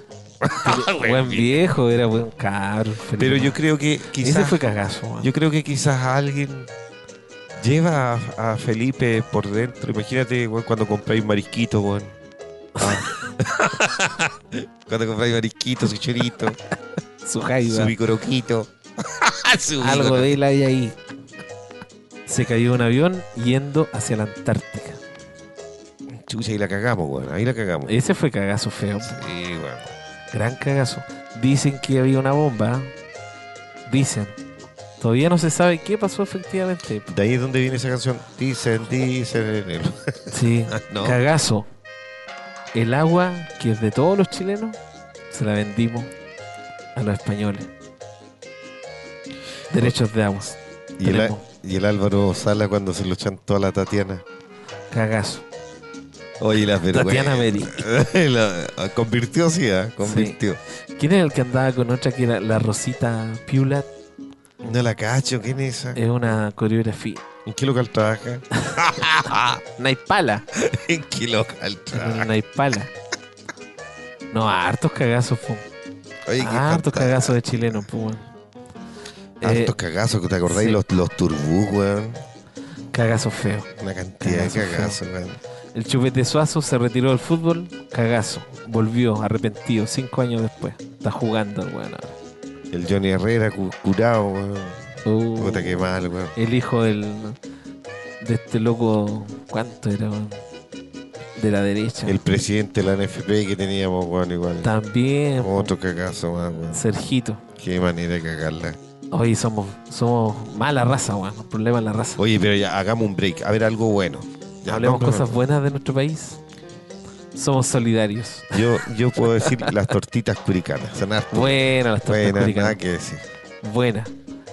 B: buen viejo, era buen cabro. Felipe.
A: Pero yo creo que
B: Ese
A: quizás
B: fue cagazo, weón.
A: yo creo que quizás alguien lleva a, a Felipe por dentro. Imagínate weón, cuando compráis marisquitos, weón. Ah. cuando compráis marisquitos, su chorito,
B: Su
A: su
B: jaiba.
A: bicoroquito. Su
B: Algo
A: ídolo.
B: de él hay ahí. Se cayó un avión yendo hacia la Antártica.
A: Chucha, ahí la cagamos, weón. Ahí la cagamos.
B: Ese fue cagazo feo.
A: Sí, weón.
B: Gran cagazo. Dicen que había una bomba. Dicen. Todavía no se sabe qué pasó efectivamente.
A: De ahí es donde viene esa canción. Dicen, dicen en el-
B: Sí.
A: Ah, No.
B: Cagazo. El agua, que es de todos los chilenos, se la vendimos a los españoles. Derechos de agua.
A: Y el,
B: Tenemos.
A: y el Álvaro Sala cuando se lo chantó a la Tatiana.
B: Cagazo.
A: Oye, la
B: Tatiana
A: La- convirtió, sí, ah, convirtió.
B: ¿Quién es el que andaba con otra que era la Rosita Piulat?
A: No la cacho, ¿quién es esa?
B: Es una coreografía.
A: ¿En qué local trabaja?
B: Naipala.
A: ¿En qué local
B: Era
A: trabaja?
B: Naipala. No, hartos cagazos, po.
A: Oye, qué
B: Ah, Hartos
A: fanta-
B: cagazos de chilenos, po, weón. Eh,
A: Hartos cagazos, ¿te acordáis?
B: sí.
A: Los, los turbú, weón.
B: cagazos feos.
A: Una cantidad
B: Cagazo,
A: de cagazos, weón.
B: Eh, El chupete Suazo se retiró del fútbol, cagazo. Volvió arrepentido cinco años después. Está jugando el weón ahora.
A: El Johnny Herrera cu- curado, weón.
B: Uh,
A: Puta, qué mal, weón.
B: El hijo del. de este loco. ¿Cuánto era, weón? De la derecha.
A: El presidente de la NFP que teníamos, weón, igual.
B: También. po,
A: Otro cagazo más, weón.
B: Sergito.
A: Qué manera de cagarla.
B: Hoy somos, somos mala raza, weón. El problema es la raza.
A: Oye, pero ya, hagamos un break. A ver, algo bueno. Ya,
B: Hablemos
A: no, no,
B: cosas buenas de nuestro país. Somos solidarios.
A: no. Yo, yo puedo decir las tortitas curicanas. Son harto
B: Buenas las tortas
A: buenas,
B: curicanas.
A: nada que decir.
B: Buenas.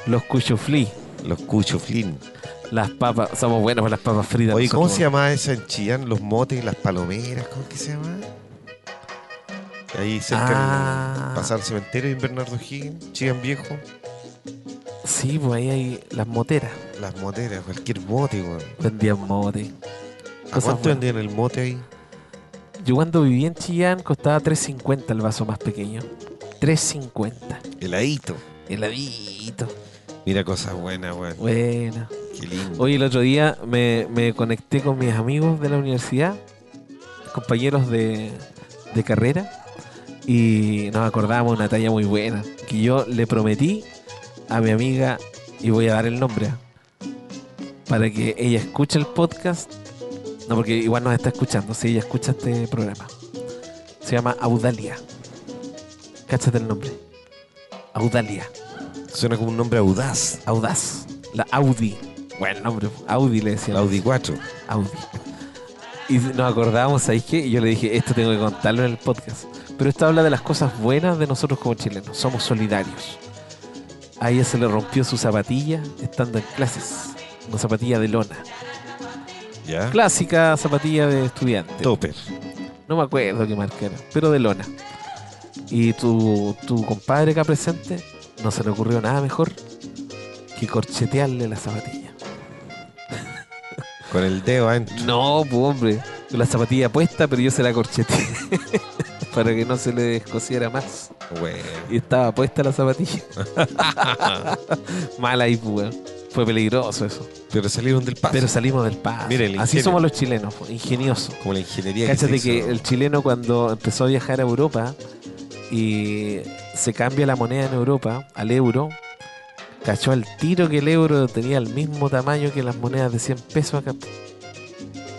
B: Los cuchuflí.
A: Los cuchos flin.
B: Las papas. Somos buenos para las papas fritas.
A: Oye, ¿cómo
B: nosotros,
A: se llama esa en Chillán? Los motes y las palomeras. ¿Cómo que se llama? Ahí cerca
B: Ah.
A: del pasar al cementerio en Bernardo Higgins, Chillán Viejo.
B: Sí, pues ahí hay las moteras.
A: Las moteras, cualquier mote, weón.
B: Vendían mote.
A: ¿A
B: Cosas
A: cuánto
B: buenas.
A: vendían el mote ahí?
B: Yo cuando vivía en Chillán costaba 3.50 el vaso más pequeño. 3.50.
A: Heladito.
B: Heladito.
A: Mira cosas buenas, weón.
B: Bueno.
A: Qué lindo.
B: Hoy el otro día me, me conecté con mis amigos de la universidad, compañeros de, de carrera, y nos acordábamos una talla muy buena, que yo le prometí a mi amiga, y voy a dar el nombre, para que ella escuche el podcast, no, porque igual nos está escuchando, si ella escucha este programa. Se llama Audalia. Cáchate el nombre. Audalia.
A: Suena como un nombre audaz.
B: Audaz. La Audi. Buen nombre. Audi le decía.
A: Audi 4.
B: Audi. Y nos acordábamos, ¿sabéis qué? Y yo le dije, esto tengo que contarlo en el podcast. Pero esto habla de las cosas buenas de nosotros como chilenos. Somos solidarios. A ella se le rompió su zapatilla estando en clases. Una zapatilla de lona.
A: ¿Ya?
B: Clásica zapatilla de estudiante.
A: Topper.
B: No me acuerdo qué marca era, pero de lona. Y tu, tu compadre acá presente no se le ocurrió nada mejor que corchetearle la zapatilla.
A: Con el dedo adentro.
B: No, pues hombre, con la zapatilla puesta, pero yo se la corcheteé para que no se le descosiera más.
A: Bueno.
B: Y estaba puesta la zapatilla. Mala ahí, pues. weón. Fue peligroso eso.
A: Pero salieron del paso.
B: Pero salimos del paso.
A: Mira, el
B: Así
A: ingenio.
B: somos los chilenos, po, ingeniosos.
A: como la ingeniería
B: Cáchate
A: se hizo.
B: que el chileno cuando empezó a viajar a Europa y se cambia la moneda en Europa al euro, cachó al tiro que el euro tenía el mismo tamaño que las monedas de 100 pesos acá.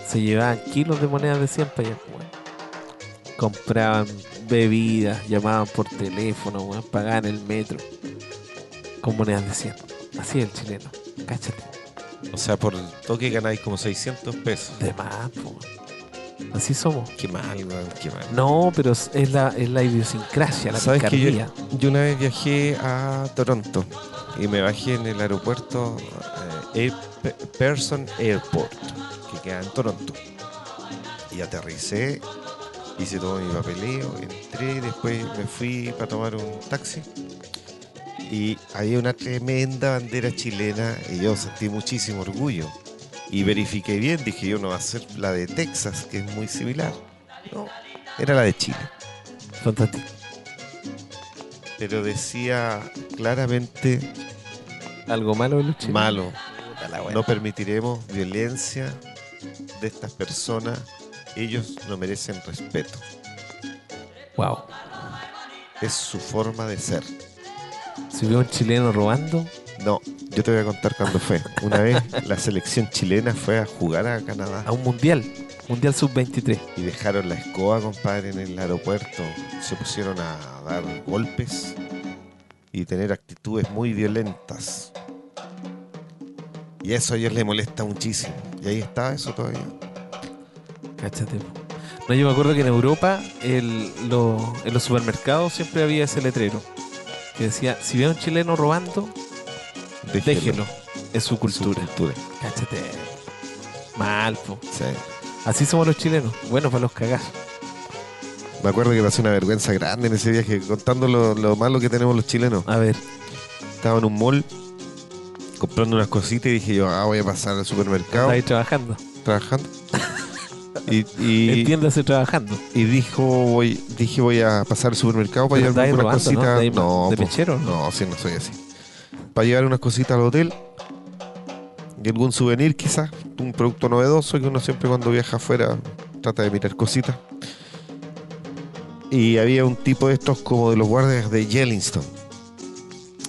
B: Se llevaban kilos de monedas de 100 para allá, weón. Compraban bebidas, llamaban por teléfono, weón, pagaban el metro con monedas de 100. Así es el chileno. Cáchate.
A: O sea, por el toque ganáis como 600 pesos.
B: De más, po, weón. Así somos.
A: Qué mal, weón, qué mal.
B: No, pero es es la, es la idiosincrasia, la
A: ¿Sabes que
B: picardía.
A: yo, yo una vez viajé a Toronto y me bajé en el aeropuerto eh, Air- Pe- Pearson Airport, que queda en Toronto. Y aterricé, hice todo mi papeleo, entré, después me fui para tomar un taxi. Y había una tremenda bandera chilena y yo sentí muchísimo orgullo. Y verifiqué bien, dije yo no va a ser la de Texas, que es muy similar. No, era la de Chile
B: Fantástico.
A: pero decía claramente
B: Algo malo de los chilenos.
A: malo. No permitiremos violencia de estas personas. Ellos no merecen respeto.
B: Wow.
A: Es su forma de ser.
B: Sí. Si veo un chileno robando,
A: No, yo te voy a contar cuándo fue. Una vez la selección chilena fue a jugar a Canadá
B: a un mundial, mundial sub-23.
A: y dejaron la escoba, compadre, en el aeropuerto. Se pusieron a dar golpes y tener actitudes muy violentas. Y eso a ellos les molesta muchísimo. Y ahí está eso todavía.
B: Cáchate. po. No, yo me acuerdo que en Europa, el- lo- en los supermercados siempre había ese letrero que decía: si veo un chileno robando, déjelo. Es su cultura.
A: Cultura.
B: Cáchate. Mal, po.
A: Sí.
B: Así somos los chilenos. Bueno, para los cagazos.
A: Me acuerdo que pasé una vergüenza grande en ese viaje, contando lo, lo malo que tenemos los chilenos.
B: A ver,
A: Estaba en un mall comprando unas cositas y dije yo, ah, voy a pasar al supermercado.
B: estáis trabajando.
A: trabajando. Y, y,
B: Entiéndase trabajando.
A: y dijo, voy, dije voy a pasar al supermercado para
B: Pero
A: llevarme
B: andáis
A: unas
B: robando, ¿no?
A: cositas.
B: Andáis
A: No,
B: de
A: po,
B: pechero, ¿no?
A: No, sí, no soy así. Para llevar unas cositas al hotel. Y algún souvenir quizás, un producto novedoso que uno siempre cuando viaja afuera trata de mirar cositas. Y había un tipo de estos como de los guardias de Yellingstone,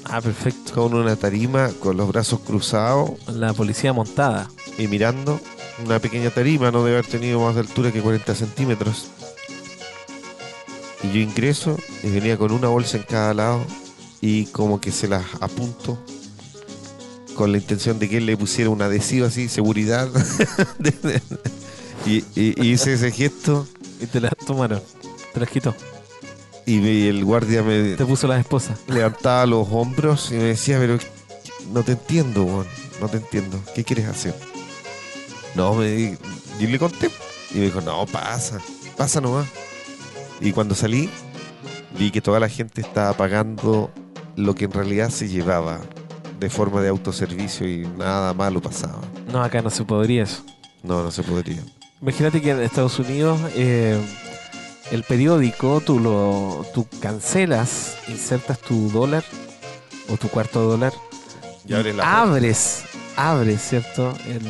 B: Ah, perfecto.
A: con una tarima, con los brazos cruzados,
B: La policía montada.
A: y mirando una pequeña tarima, no debe haber tenido más de altura que 40 centímetros. Y yo ingreso y venía con una bolsa en cada lado y como que se las apunto con la intención de que él le pusiera un adhesivo así, seguridad. y, y- y hice ese gesto
B: Y te la tomaron. Te las quitó.
A: y me- el guardia me
B: Te puso las esposas.
A: levantaba los hombros y me decía, pero no te entiendo, weón, no te entiendo, ¿qué quieres hacer? No, me di- yo le conté y me dijo, no, pasa, pasa nomás. Y cuando salí, vi que toda la gente estaba pagando lo que en realidad se llevaba de forma de autoservicio y nada malo pasaba.
B: No, acá no se podría eso.
A: No, no se podría.
B: Imagínate que en Estados Unidos eh, el periódico tú lo tú cancelas, insertas tu dólar o tu cuarto dólar,
A: Y abres la
B: Ah, abres, abres, ¿cierto? El,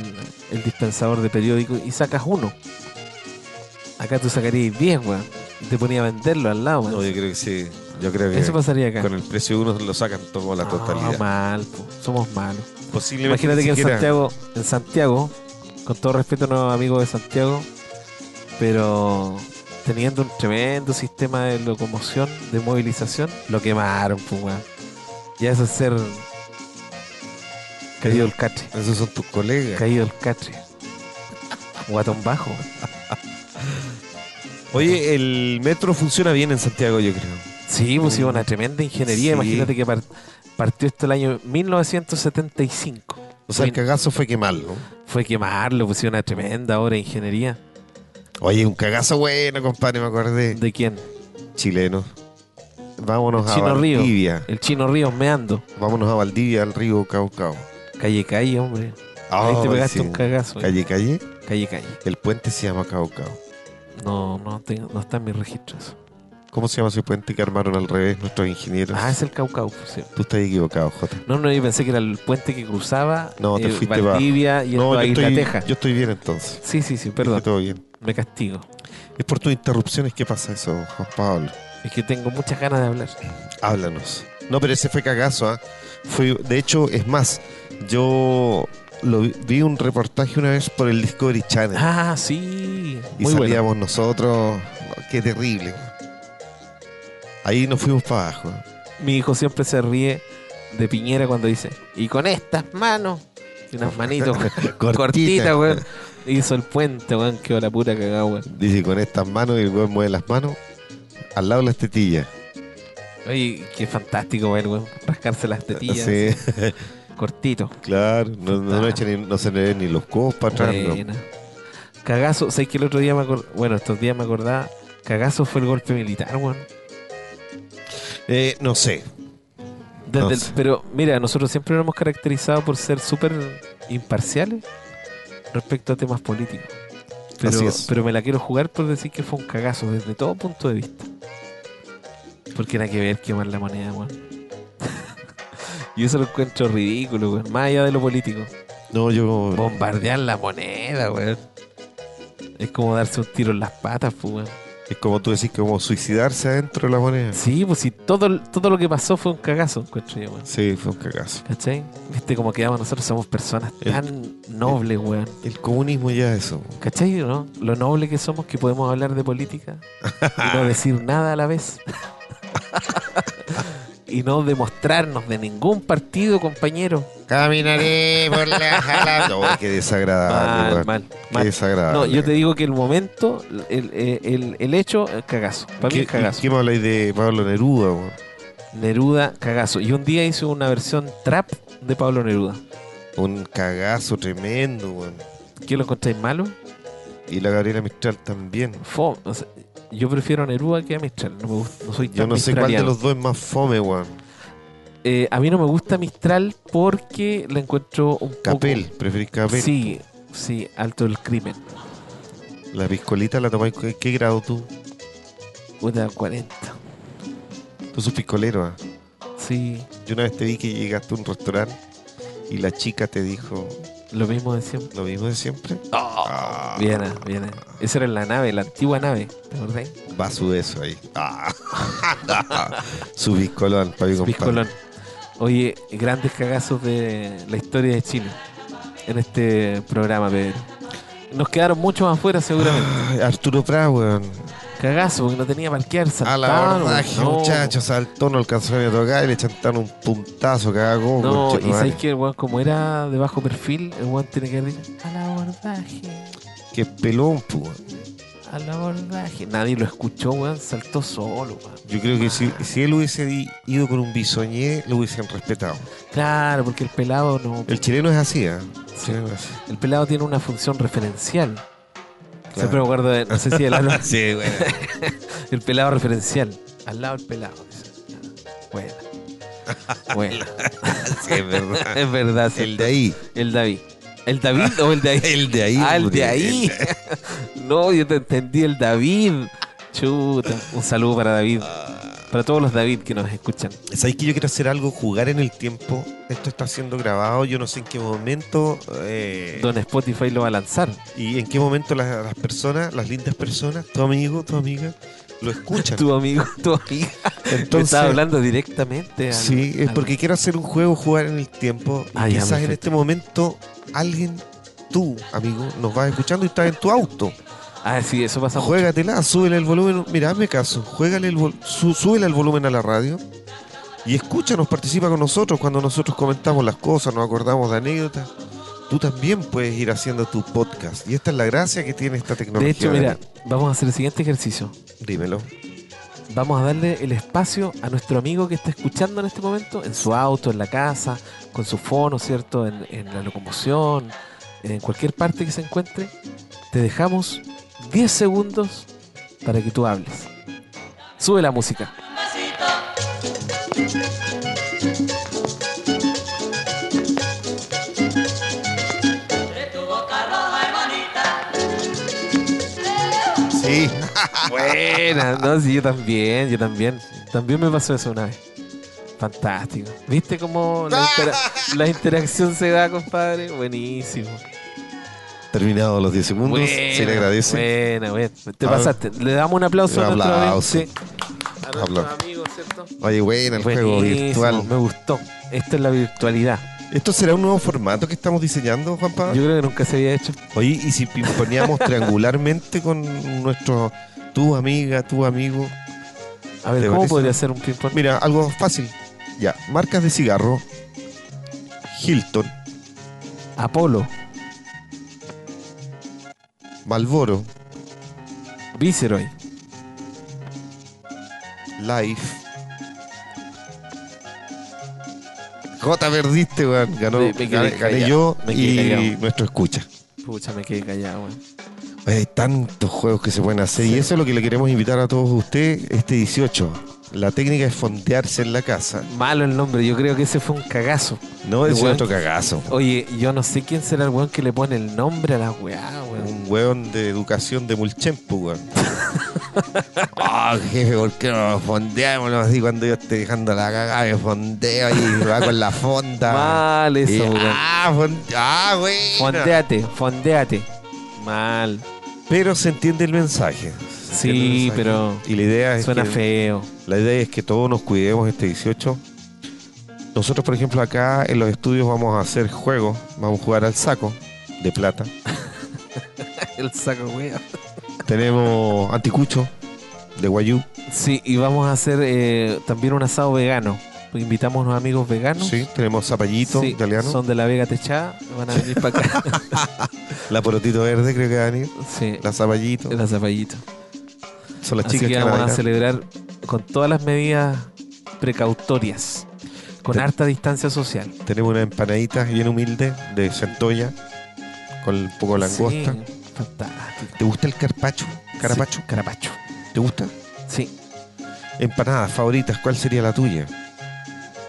B: el dispensador de periódico y sacas uno. Acá tú sacarías 10, weón. Y te ponía a venderlo al lado, weón.
A: No, yo creo que sí. Yo creo
B: Eso
A: que
B: pasaría acá.
A: con el precio de uno lo sacan todo la
B: No,
A: totalidad.
B: Ah, mal, po. somos malos.
A: Posiblemente
B: Imagínate
A: ni
B: que en
A: siquiera-
B: Santiago, en Santiago, con todo respeto a nuestros amigos de Santiago, pero teniendo un tremendo sistema de locomoción, de movilización, lo quemaron, pues, weón. Ya eso es ser caído el catre,
A: Esos son tus colegas.
B: caído el catre. Guatón bajo. weón.
A: Oye, el metro funciona bien en Santiago, yo creo.
B: Sí, pues sí, una tremenda ingeniería.
A: Sí.
B: Imagínate que par- partió esto el año 1975.
A: O sea, el cagazo fue quemarlo.
B: Fue quemarlo, pues sí, una tremenda obra de ingeniería.
A: Oye, un cagazo bueno, compadre, me acordé.
B: ¿De quién?
A: Chileno. Vámonos
B: El
A: a
B: Chino Río.
A: Valdivia.
B: El chino Ríos meando.
A: Vámonos a Valdivia, al río Caucao.
B: Calle Calle, hombre. Ahí te
A: Ay,
B: pegaste
A: Oh, sí.
B: un cagazo. eh.
A: Calle, calle.
B: Calle Calle.
A: El puente se llama Caucao.
B: No, no, tengo- no está en mis registros.
A: ¿Cómo se llama ese puente que armaron al revés nuestros ingenieros?
B: Ah, es el Caucau. pues, sí.
A: Tú estás equivocado, Jota.
B: No, no, yo pensé que era el puente que cruzaba eh,
A: No, te fuiste para-
B: Valdivia y
A: No,
B: no,
A: yo
B: a Isla
A: estoy,
B: Teja.
A: yo estoy bien entonces.
B: Sí, sí, sí,
A: Dije
B: perdón.
A: Todo bien.
B: Me castigo.
A: Es por tus interrupciones que pasa eso, Juan Pablo.
B: Es que tengo muchas ganas de hablar.
A: Háblanos. No, pero ese fue cagazo, ¿ah? Fue, de hecho, es más, yo lo vi, vi un reportaje una vez por el Discovery Channel
B: Ah, sí.
A: y
B: Muy bueno.
A: salíamos nosotros. no, qué terrible. Ahí nos fuimos para abajo.
B: Mi hijo siempre se ríe de Piñera cuando dice, y con estas manos, y unas manitos
A: Cortita.
B: cortitas, weón. Hizo el puente, weón, quedó la pura cagada, weón.
A: Dice con estas manos y el weón mueve las manos al lado de las tetillas.
B: Oye, qué fantástico ver, weón. Rascarse las tetillas. Ah.
A: Sí,
B: Cortito.
A: claro. No, no, no echa ni- no se le ven ni los codos para atrás. no.
B: Buena. Cagazo, ¿sabes que el otro día me acordaba? Bueno, estos días me acordaba. Cagazo fue el golpe militar, weón.
A: Eh, no sé.
B: Desde
A: No
B: el-
A: sé.
B: pero mira, nosotros siempre nos hemos caracterizado por ser súper imparciales respecto a temas políticos. Pero,
A: Así es.
B: pero me la quiero jugar por decir que fue un cagazo desde todo punto de vista. Porque era que ver quemar la moneda, weón. y eso lo encuentro ridículo, weón. Más allá de lo político.
A: No, yo.
B: Bombardear la moneda, weón. Es como darse un tiro en las patas, pues, weón.
A: Es como tú decís, como suicidarse adentro de la moneda.
B: Sí, pues sí, todo, todo lo que pasó fue un cagazo, encuentro yo, weón.
A: Sí, fue un cagazo.
B: ¿Cachai? Viste cómo quedamos nosotros, somos personas
A: El-
B: tan nobles, weón.
A: El comunismo ya es eso.
B: ¿Cachai? o ¿No? Lo noble que somos que podemos hablar de política y no decir nada a la vez. y no demostrarnos de ningún partido, compañero.
A: Caminaré por la jala. No, qué desagradable,
B: Mal,
A: weón.
B: mal,
A: Qué
B: mal.
A: desagradable.
B: No, yo te digo que el momento, el, el- el- el hecho, el cagazo. Para mí
A: ¿Qué,
B: es cagazo.
A: ¿Qué me habláis de Pablo Neruda? weón?
B: Neruda, cagazo. Y un día hizo una versión trap de Pablo Neruda.
A: Un cagazo tremendo, weón.
B: ¿Qué lo encontráis malo?
A: Y la Gabriela Mistral también.
B: Fo- o sea, yo prefiero a Neruda que a Mistral. No, me gusta, no soy tan
A: Yo no sé cuál de
B: mistraliano.
A: los dos es más fome, weón.
B: Eh, a mí no me gusta Mistral porque la encuentro un
A: Capel,
B: poco...
A: preferís Capel.
B: Sí, sí, alto del crimen.
A: La piscolita la tomáis. ¿en ¿Qué grado tú?
B: Puta, 40.
A: Tú sos piscolero, ah.
B: Sí,
A: Yo una vez te vi que llegaste a un restaurante y la chica te dijo
B: lo mismo de siempre.
A: lo mismo de siempre. Ah,
B: Viena, Viena. Esa era la nave, la antigua nave, ¿te acordás?
A: Va su beso ahí. Ah. su piscolón, para mi compadre.
B: Piscolón. Oye, grandes cagazos de la historia de Chile en este programa, Pedro. Nos quedaron muchos afuera seguramente.
A: Ay, Arturo Prat, weón.
B: Cagazo, porque no tenía parquear,
A: A
B: saltaban.
A: la
B: weón.
A: abordaje,
B: No,
A: muchachos, saltó, no alcanzó ni a tocar y le chantaron un puntazo, cagó.
B: No,
A: conchetumare.
B: y sabéis que el weón, como era de bajo perfil, el weón tiene que haber dicho, al abordaje,
A: Qué pelón, pu, weón.
B: al abordaje. Nadie lo escuchó, weón, saltó solo, weón.
A: Yo creo que si, si él hubiese di- ido con un bisoñé, lo hubiesen respetado.
B: Claro, porque el pelado no.
A: El chileno es así, ¿eh? El
B: Sí.
A: chileno es así.
B: El pelado tiene una función referencial.
A: Claro.
B: Siempre me acuerdo de, no sé si el, ano-
A: Sí, bueno.
B: el pelado referencial. Al lado del pelado. dice. Bueno. Bueno,
A: Sí, es verdad.
B: es verdad. sí.
A: El de ahí.
B: El David. ¿El David o el de ahí?
A: El de ahí.
B: Ah, el
A: hombre.
B: de ahí. No, yo te entendí, el David. Chuta. Un saludo para David.
A: Ah.
B: Para todos los David que nos escuchan.
A: ¿Sabéis que yo quiero hacer algo? Jugar en el tiempo. Esto está siendo grabado. Yo no sé en qué momento. eh,
B: Don Spotify lo va a lanzar.
A: y en qué momento las, las personas, las lindas personas, tu amigo, tu amiga, lo escuchan.
B: Tu amigo, tu amiga. Te
A: Entonces,
B: estaba hablando directamente. al-
A: Sí, es
B: al-
A: porque quiero hacer un juego, jugar en el tiempo. Y
B: Ah, ya,
A: quizás en
B: perfecto.
A: este momento alguien, tú, amigo, nos vas escuchando y estás en tu auto.
B: Ah, sí, eso pasa mucho.
A: Juégatela, súbele el volumen. Mira, hazme caso. Juégale el vol- su- súbele el volumen a la radio. Y escúchanos, participa con nosotros cuando nosotros comentamos las cosas, nos acordamos de anécdotas. Tú también puedes ir haciendo tu podcast. Y esta es la gracia que tiene esta tecnología.
B: De hecho, mira,
A: Daniel.
B: vamos a hacer el siguiente ejercicio.
A: Dímelo.
B: Vamos a darle el espacio a nuestro amigo que está escuchando en este momento, en su auto, en la casa, con su fono, ¿cierto? En, en la locomoción, en cualquier parte que se encuentre. Te dejamos 10 segundos para que tú hables. Sube la música.
C: De tu boca roja y bonita,
A: Sí.
B: Buena, no, sí, yo también, yo también. También me pasó eso una vez. Fantástico. ¿Viste cómo la, intera- la interacción se da, compadre? Buenísimo.
A: Terminados los 10 segundos,
B: Buena,
A: se le agradece.
B: Buena, buena. Te
A: A ver.
B: pasaste. Le damos un aplauso
A: Un
B: a nuestro amigo.
A: aplauso.
B: Sí. A nuestro
A: Aplauso.
B: amigo, ¿cierto?
A: Oye, bueno, el juego
B: Buenísimo,
A: virtual.
B: Me gustó. Esto es la virtualidad.
A: ¿Esto será un nuevo formato que estamos diseñando, Juanpa?
B: Yo creo que nunca se había hecho.
A: Oye, ¿y si pimponíamos triangularmente con nuestro tu amiga, tu amigo?
B: A ver,
A: ¿Te
B: ¿cómo
A: parece?
B: podría ser un ping-pong?
A: Mira, algo fácil. Ya, marcas de cigarro. Hilton,
B: Apolo,
A: Malboro,
B: Viceroy,
A: Life. J perdiste, weón. Ganó,
B: Me- me quedé
A: gané, gané
B: callado.
A: yo
B: Me quedé
A: y
B: callado.
A: nuestro escucha.
B: Pucha, me quedé callado, weón.
A: Oye, Hay tantos juegos que se pueden hacer
B: Sí.
A: y eso es lo que le queremos invitar a todos ustedes este 18. La técnica es fondearse en la casa.
B: Malo el nombre, yo creo que ese fue un cagazo.
A: No es
B: Igual.
A: otro cagazo.
B: Oye, yo no sé quién será el weón que le pone el nombre a la weá, weón.
A: Un weón de educación de Mulchempo, weón. Ah, jefe, ¿por qué no nos fondeamos? No, Así cuando yo esté dejando la cagada, me fondeo y va con la fonda.
B: Mal eso,
A: Y,
B: weón.
A: ah, fon- ah, bueno.
B: Fondeate, fondeate. Mal.
A: Pero se entiende el mensaje. Se
B: Sí,
A: ¿Entiendes?
B: pero
A: Y la idea es
B: suena
A: que-
B: feo.
A: La idea es que todos nos cuidemos este 18. Nosotros, por ejemplo, acá en los estudios vamos a hacer juegos, vamos a jugar al saco de plata.
B: El saco, wea.
A: Tenemos anticucho de guayú,
B: Sí, y vamos a hacer eh, también un asado vegano. Invitamos a unos amigos veganos.
A: sí, tenemos zapallito
B: Sí,
A: italiano,
B: Son de la Vega Techada. Van a venir para acá.
A: la porotito verde creo que va a venir,
B: sí,
A: la zapallito,
B: la zapallito.
A: son las
B: Así
A: chicas
B: que
A: que
B: vamos
A: van a
B: a
A: bailar.
B: celebrar con todas las medidas precautorias, con
A: Te-
B: harta distancia social.
A: Tenemos unas empanaditas bien humildes de centolla con un poco de langosta.
B: Sí, fantástico.
A: ¿Te gusta el carpacho? ¿Carapacho?
B: Sí, carapacho.
A: ¿Te gusta?
B: Sí.
A: Empanadas favoritas, ¿cuál sería la tuya?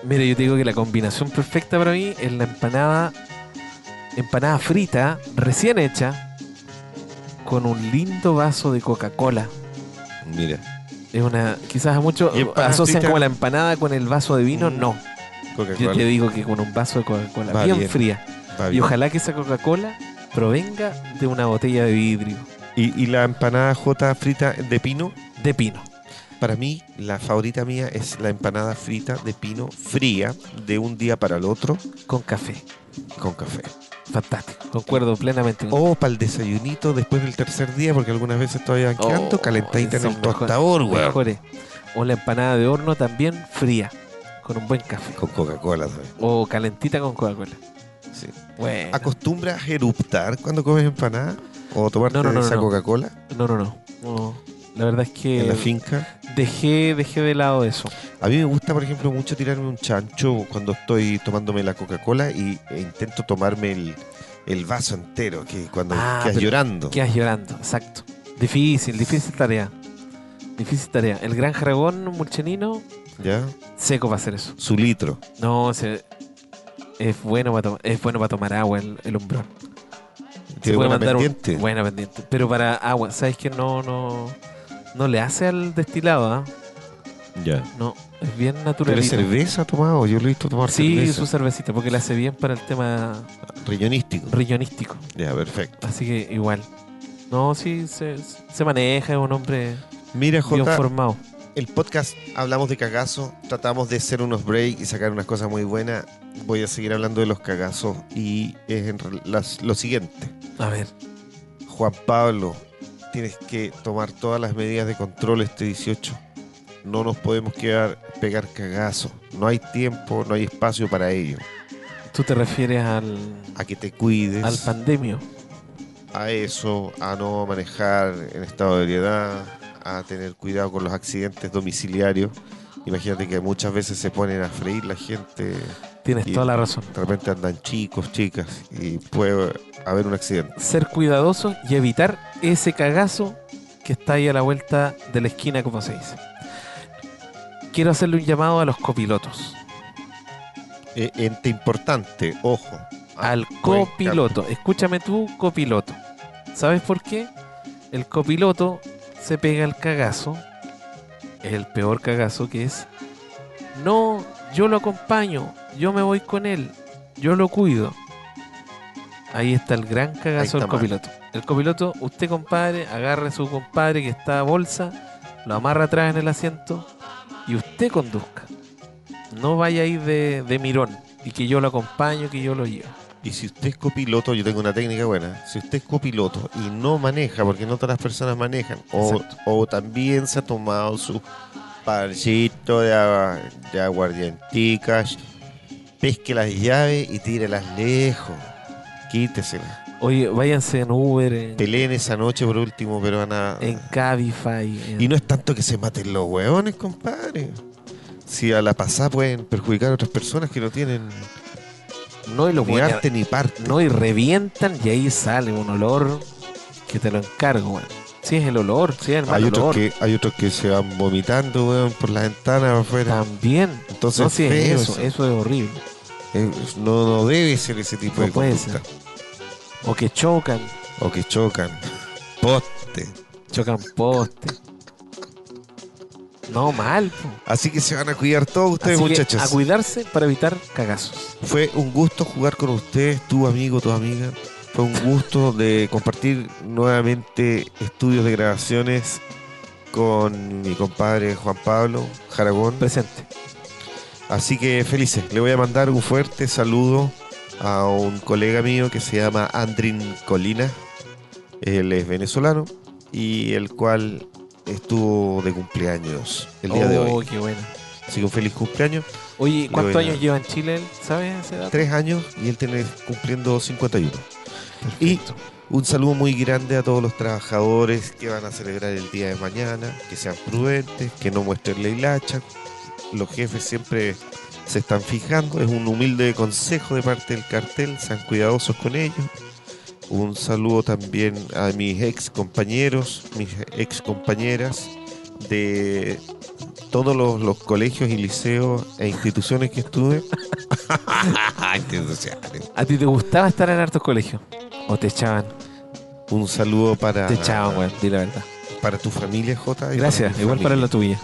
B: Mira, yo te digo que la combinación perfecta para mí es la empanada, empanada frita, recién hecha, con un lindo vaso de Coca-Cola.
A: Mira,
B: Es una, quizás a muchos
A: Y empanada
B: asocian
A: frita-
B: como la empanada con el vaso de vino.
A: Mm,
B: No, yo
A: Coca-Cola.
B: te digo que con un vaso de Coca-Cola
A: Va
B: bien
A: bien.
B: fría.
A: Va
B: Y
A: bien.
B: ojalá que esa Coca-Cola provenga de una botella de vidrio,
A: Y, y la empanada J frita de pino,
B: de pino.
A: para mí, la favorita mía es la empanada frita de pino fría de un día para el otro
B: Con café.
A: con café.
B: Fantástico. Concuerdo plenamente.
A: O para el desayunito después del tercer día, porque algunas veces todavía van quedando
B: Oh,
A: calentadita en
B: son
A: el
B: mejores,
A: tostador, weón.
B: Mejores. O la empanada de horno también fría, con un buen café.
A: Con Coca-Cola también.
B: O calentita con Coca-Cola.
A: Sí.
B: Bueno.
A: ¿Acostumbras eruptar cuando comes empanada? ¿O tomarte
B: No, no, no,
A: esa
B: no. Eh,
A: Coca-Cola
B: No, no, no, No. La verdad es
A: en la
B: que
A: finca?
B: dejé, dejé de lado eso.
A: A mí me gusta, por ejemplo, mucho tirarme un chancho cuando estoy tomándome la Coca-Cola y, e intento tomarme el, el vaso entero, que cuando
B: Ah,
A: quedas
B: pero-
A: llorando.
B: Quedas llorando, exacto. Difícil, difícil tarea. Difícil tarea. El gran jaragón mulchenino,
A: ¿Ya?
B: seco para hacer eso.
A: Su litro.
B: No, se- es bueno para tomar, es bueno para tomar agua el, el umbrón. Se
A: Tiene
B: puede
A: buena
B: mandar un-
A: pendiente.
B: buena pendiente. Pero para agua, sabes que no, no, no le hace al destilado, ¿ah?
A: Ya.
B: No, es bien
A: Pero
B: natural.
A: es cerveza tomado, yo lo he visto tomar
B: Sí,
A: cerveza.
B: su cervecita, porque le hace bien para el tema
A: Riñonístico.
B: riñonístico.
A: Ya, perfecto.
B: Así que igual. No, sí, se, se maneja, es un hombre
A: Mira,
B: bien
A: Jota,
B: formado.
A: el podcast hablamos de cagazo, tratamos de hacer unos break y sacar unas cosas muy buenas. Voy a seguir hablando de los cagazos y es en re- las- lo siguiente.
B: A ver,
A: Juan Pablo, tienes que tomar todas las medidas de control este 18. No nos podemos quedar pegar cagazo. No hay tiempo, no hay espacio para ello.
B: tú te refieres al,
A: A que te cuides.
B: al pandemio.
A: a eso, a no manejar en estado de ebriedad, a tener cuidado con los accidentes domiciliarios. Imagínate que muchas veces se ponen a freír la gente, de
B: Tienes
A: Y-
B: toda la razón.
A: repente andan chicos, chicas, y puede haber un accidente.
B: ser cuidadosos y evitar ese cagazo que está ahí a la vuelta de la esquina, como se dice. Quiero hacerle un llamado a los copilotos.
A: E- ente importante, ojo. Ah,
B: al
A: buen
B: copiloto. Escúchame tú, copiloto. ¿Sabes por qué? El copiloto se pega el cagazo. Es el peor cagazo que es. No, yo lo acompaño. Yo me voy con él. Yo lo cuido. Ahí está el gran cagazo
A: Ahí
B: del
A: está mal.
B: copiloto. El copiloto, usted compadre, agarre a su compadre que está a bolsa, lo amarra atrás en el asiento y usted conduzca. No vaya ahí de, de mirón y que yo lo acompaño, que yo lo llevo.
A: Y si usted es copiloto, yo tengo una técnica buena. Si usted es copiloto y no maneja, porque no todas las personas manejan, o,
B: Exacto.
A: o también se ha tomado su parcito de, agua- de aguardienticas, pesque las llaves y tírelas lejos. Quíteselas.
B: Oye, váyanse en Uber, en,
A: Peleen esa noche por último, pero van a.
B: en Cabify. en-
A: Y no es tanto que se maten los hueones, compadre. Si a la pasada pueden perjudicar a otras personas que no tienen
B: no, y los
A: ni
B: buenos-
A: arte ni parte.
B: no, y revientan y ahí sale un olor que te lo encargo, weón. Sí, es el olor, sí, es el mal
A: Ah, Hay otros,
B: olor.
A: que, hay otros que se van vomitando, weón, por las ventanas
B: Ah.
A: afuera.
B: También.
A: Entonces,
B: No, sí, es
A: feo
B: eso, eso es horrible.
A: Eh, no, no debe ser ese tipo
B: No
A: de
B: puede
A: conducta.
B: O que chocan,
A: O que chocan. Poste.
B: chocan poste. No, mal. po.
A: Así que se van a cuidar todos ustedes,
B: Así que
A: muchachos.
B: a cuidarse para evitar cagazos.
A: Fue un gusto jugar con ustedes, tu amigo, tu amiga. Fue un gusto de compartir nuevamente estudios de grabaciones con mi compadre Juan Pablo Jaragón.
B: Presente.
A: Así que felices. Le voy a mandar un fuerte saludo a un colega mío que se llama Andrin Colina. Él es venezolano y el cual estuvo de cumpleaños el día de
B: Oh,
A: hoy.
B: qué bueno.
A: Así que un feliz cumpleaños.
B: Oye, ¿cuántos
A: Bueno.
B: años lleva en Chile? él? ¿Sabes ese dato?
A: Tres años y él tiene cumpliendo 51. Y
B: Perfecto.
A: un saludo muy grande a todos los trabajadores que van a celebrar el día de mañana, que sean prudentes, que no muestren la hilacha. Los jefes siempre se están fijando, es un humilde consejo de parte del cartel, sean cuidadosos con ellos. Un saludo también a mis ex compañeros, mis ex compañeras de todos los, los colegios y liceos e instituciones que estuve. instituciones.
B: ¿A ti te gustaba estar en hartos colegios? ¿O te echaban?
A: Un saludo para,
B: Te echaban, weón, di la verdad.
A: para tu familia, J. y
B: Gracias,
A: mi
B: igual para
A: familia.
B: la tuya.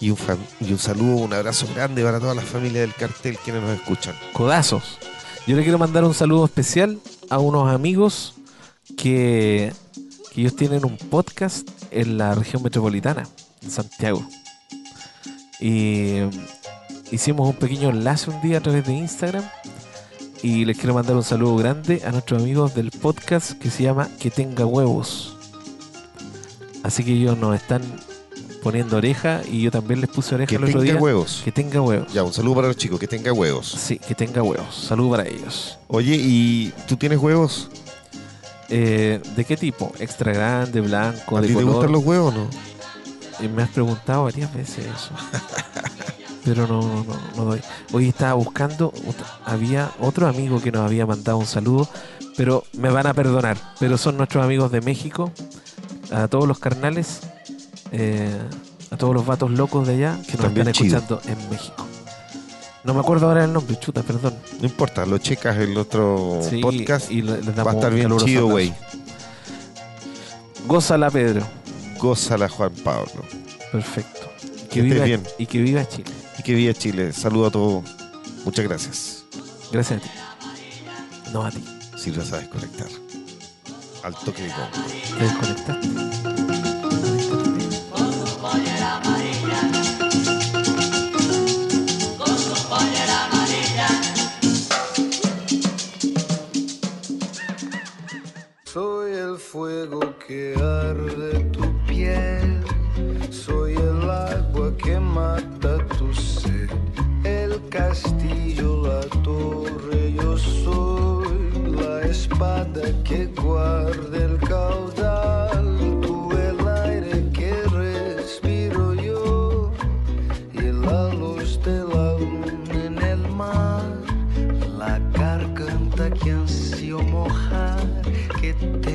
A: Y un, fam- y un saludo, un abrazo grande para todas las familias del cartel quienes nos escuchan.
B: Codazos. Yo le quiero mandar un saludo especial a unos amigos que, que ellos tienen un podcast en la región metropolitana, en Santiago. Y mm, hicimos un pequeño enlace un día a través de Instagram. Y les quiero mandar un saludo grande a nuestros amigos del podcast que se llama Que tenga huevos. Así que ellos nos están poniendo oreja y yo también les puse oreja
A: Que
B: el otro día.
A: tenga huevos.
B: Que tenga huevos.
A: Ya, un saludo para los chicos, que tenga huevos.
B: Sí, que tenga huevos. Salud para ellos.
A: Oye, ¿y tú tienes huevos?
B: Eh, ¿De qué tipo? ¿Extra grande, blanco,
A: ¿A
B: de
A: ti te
B: color?
A: gustan los huevos o no?
B: Eh, me has preguntado varias veces eso. Pero no, no, no, no doy. Hoy estaba buscando, ot- había otro amigo que nos había mandado un saludo, pero me van a perdonar. Pero son nuestros amigos de México, a todos los carnales, eh, a todos los vatos locos de allá que nos
A: También
B: están
A: chido.
B: escuchando en México. No me acuerdo ahora el nombre, chuta, perdón.
A: No importa, lo checas el otro
B: Sí,
A: podcast.
B: le- les
A: Va a
B: damos
A: estar
B: un
A: bien
B: caluroso
A: chido,
B: abrazo.
A: güey.
B: Gózala, Pedro.
A: Gózala, Juan Pablo.
B: Perfecto.
A: Que
B: viva,
A: estés bien.
B: Y que viva Chile.
A: Y que viva Chile. Saludo a todos. Muchas gracias.
B: Gracias a ti. No a ti.
A: Si lo sabes conectar. Al toque de gong.
B: Te desconectaste.
E: Soy el fuego que arde tu piel, soy el agua que mata tu sed, el castillo, la torre, yo soy la espada que guarda el caudal, tú el aire que respiro yo y la luz de la luna en el mar, la garganta que ansio mojar, que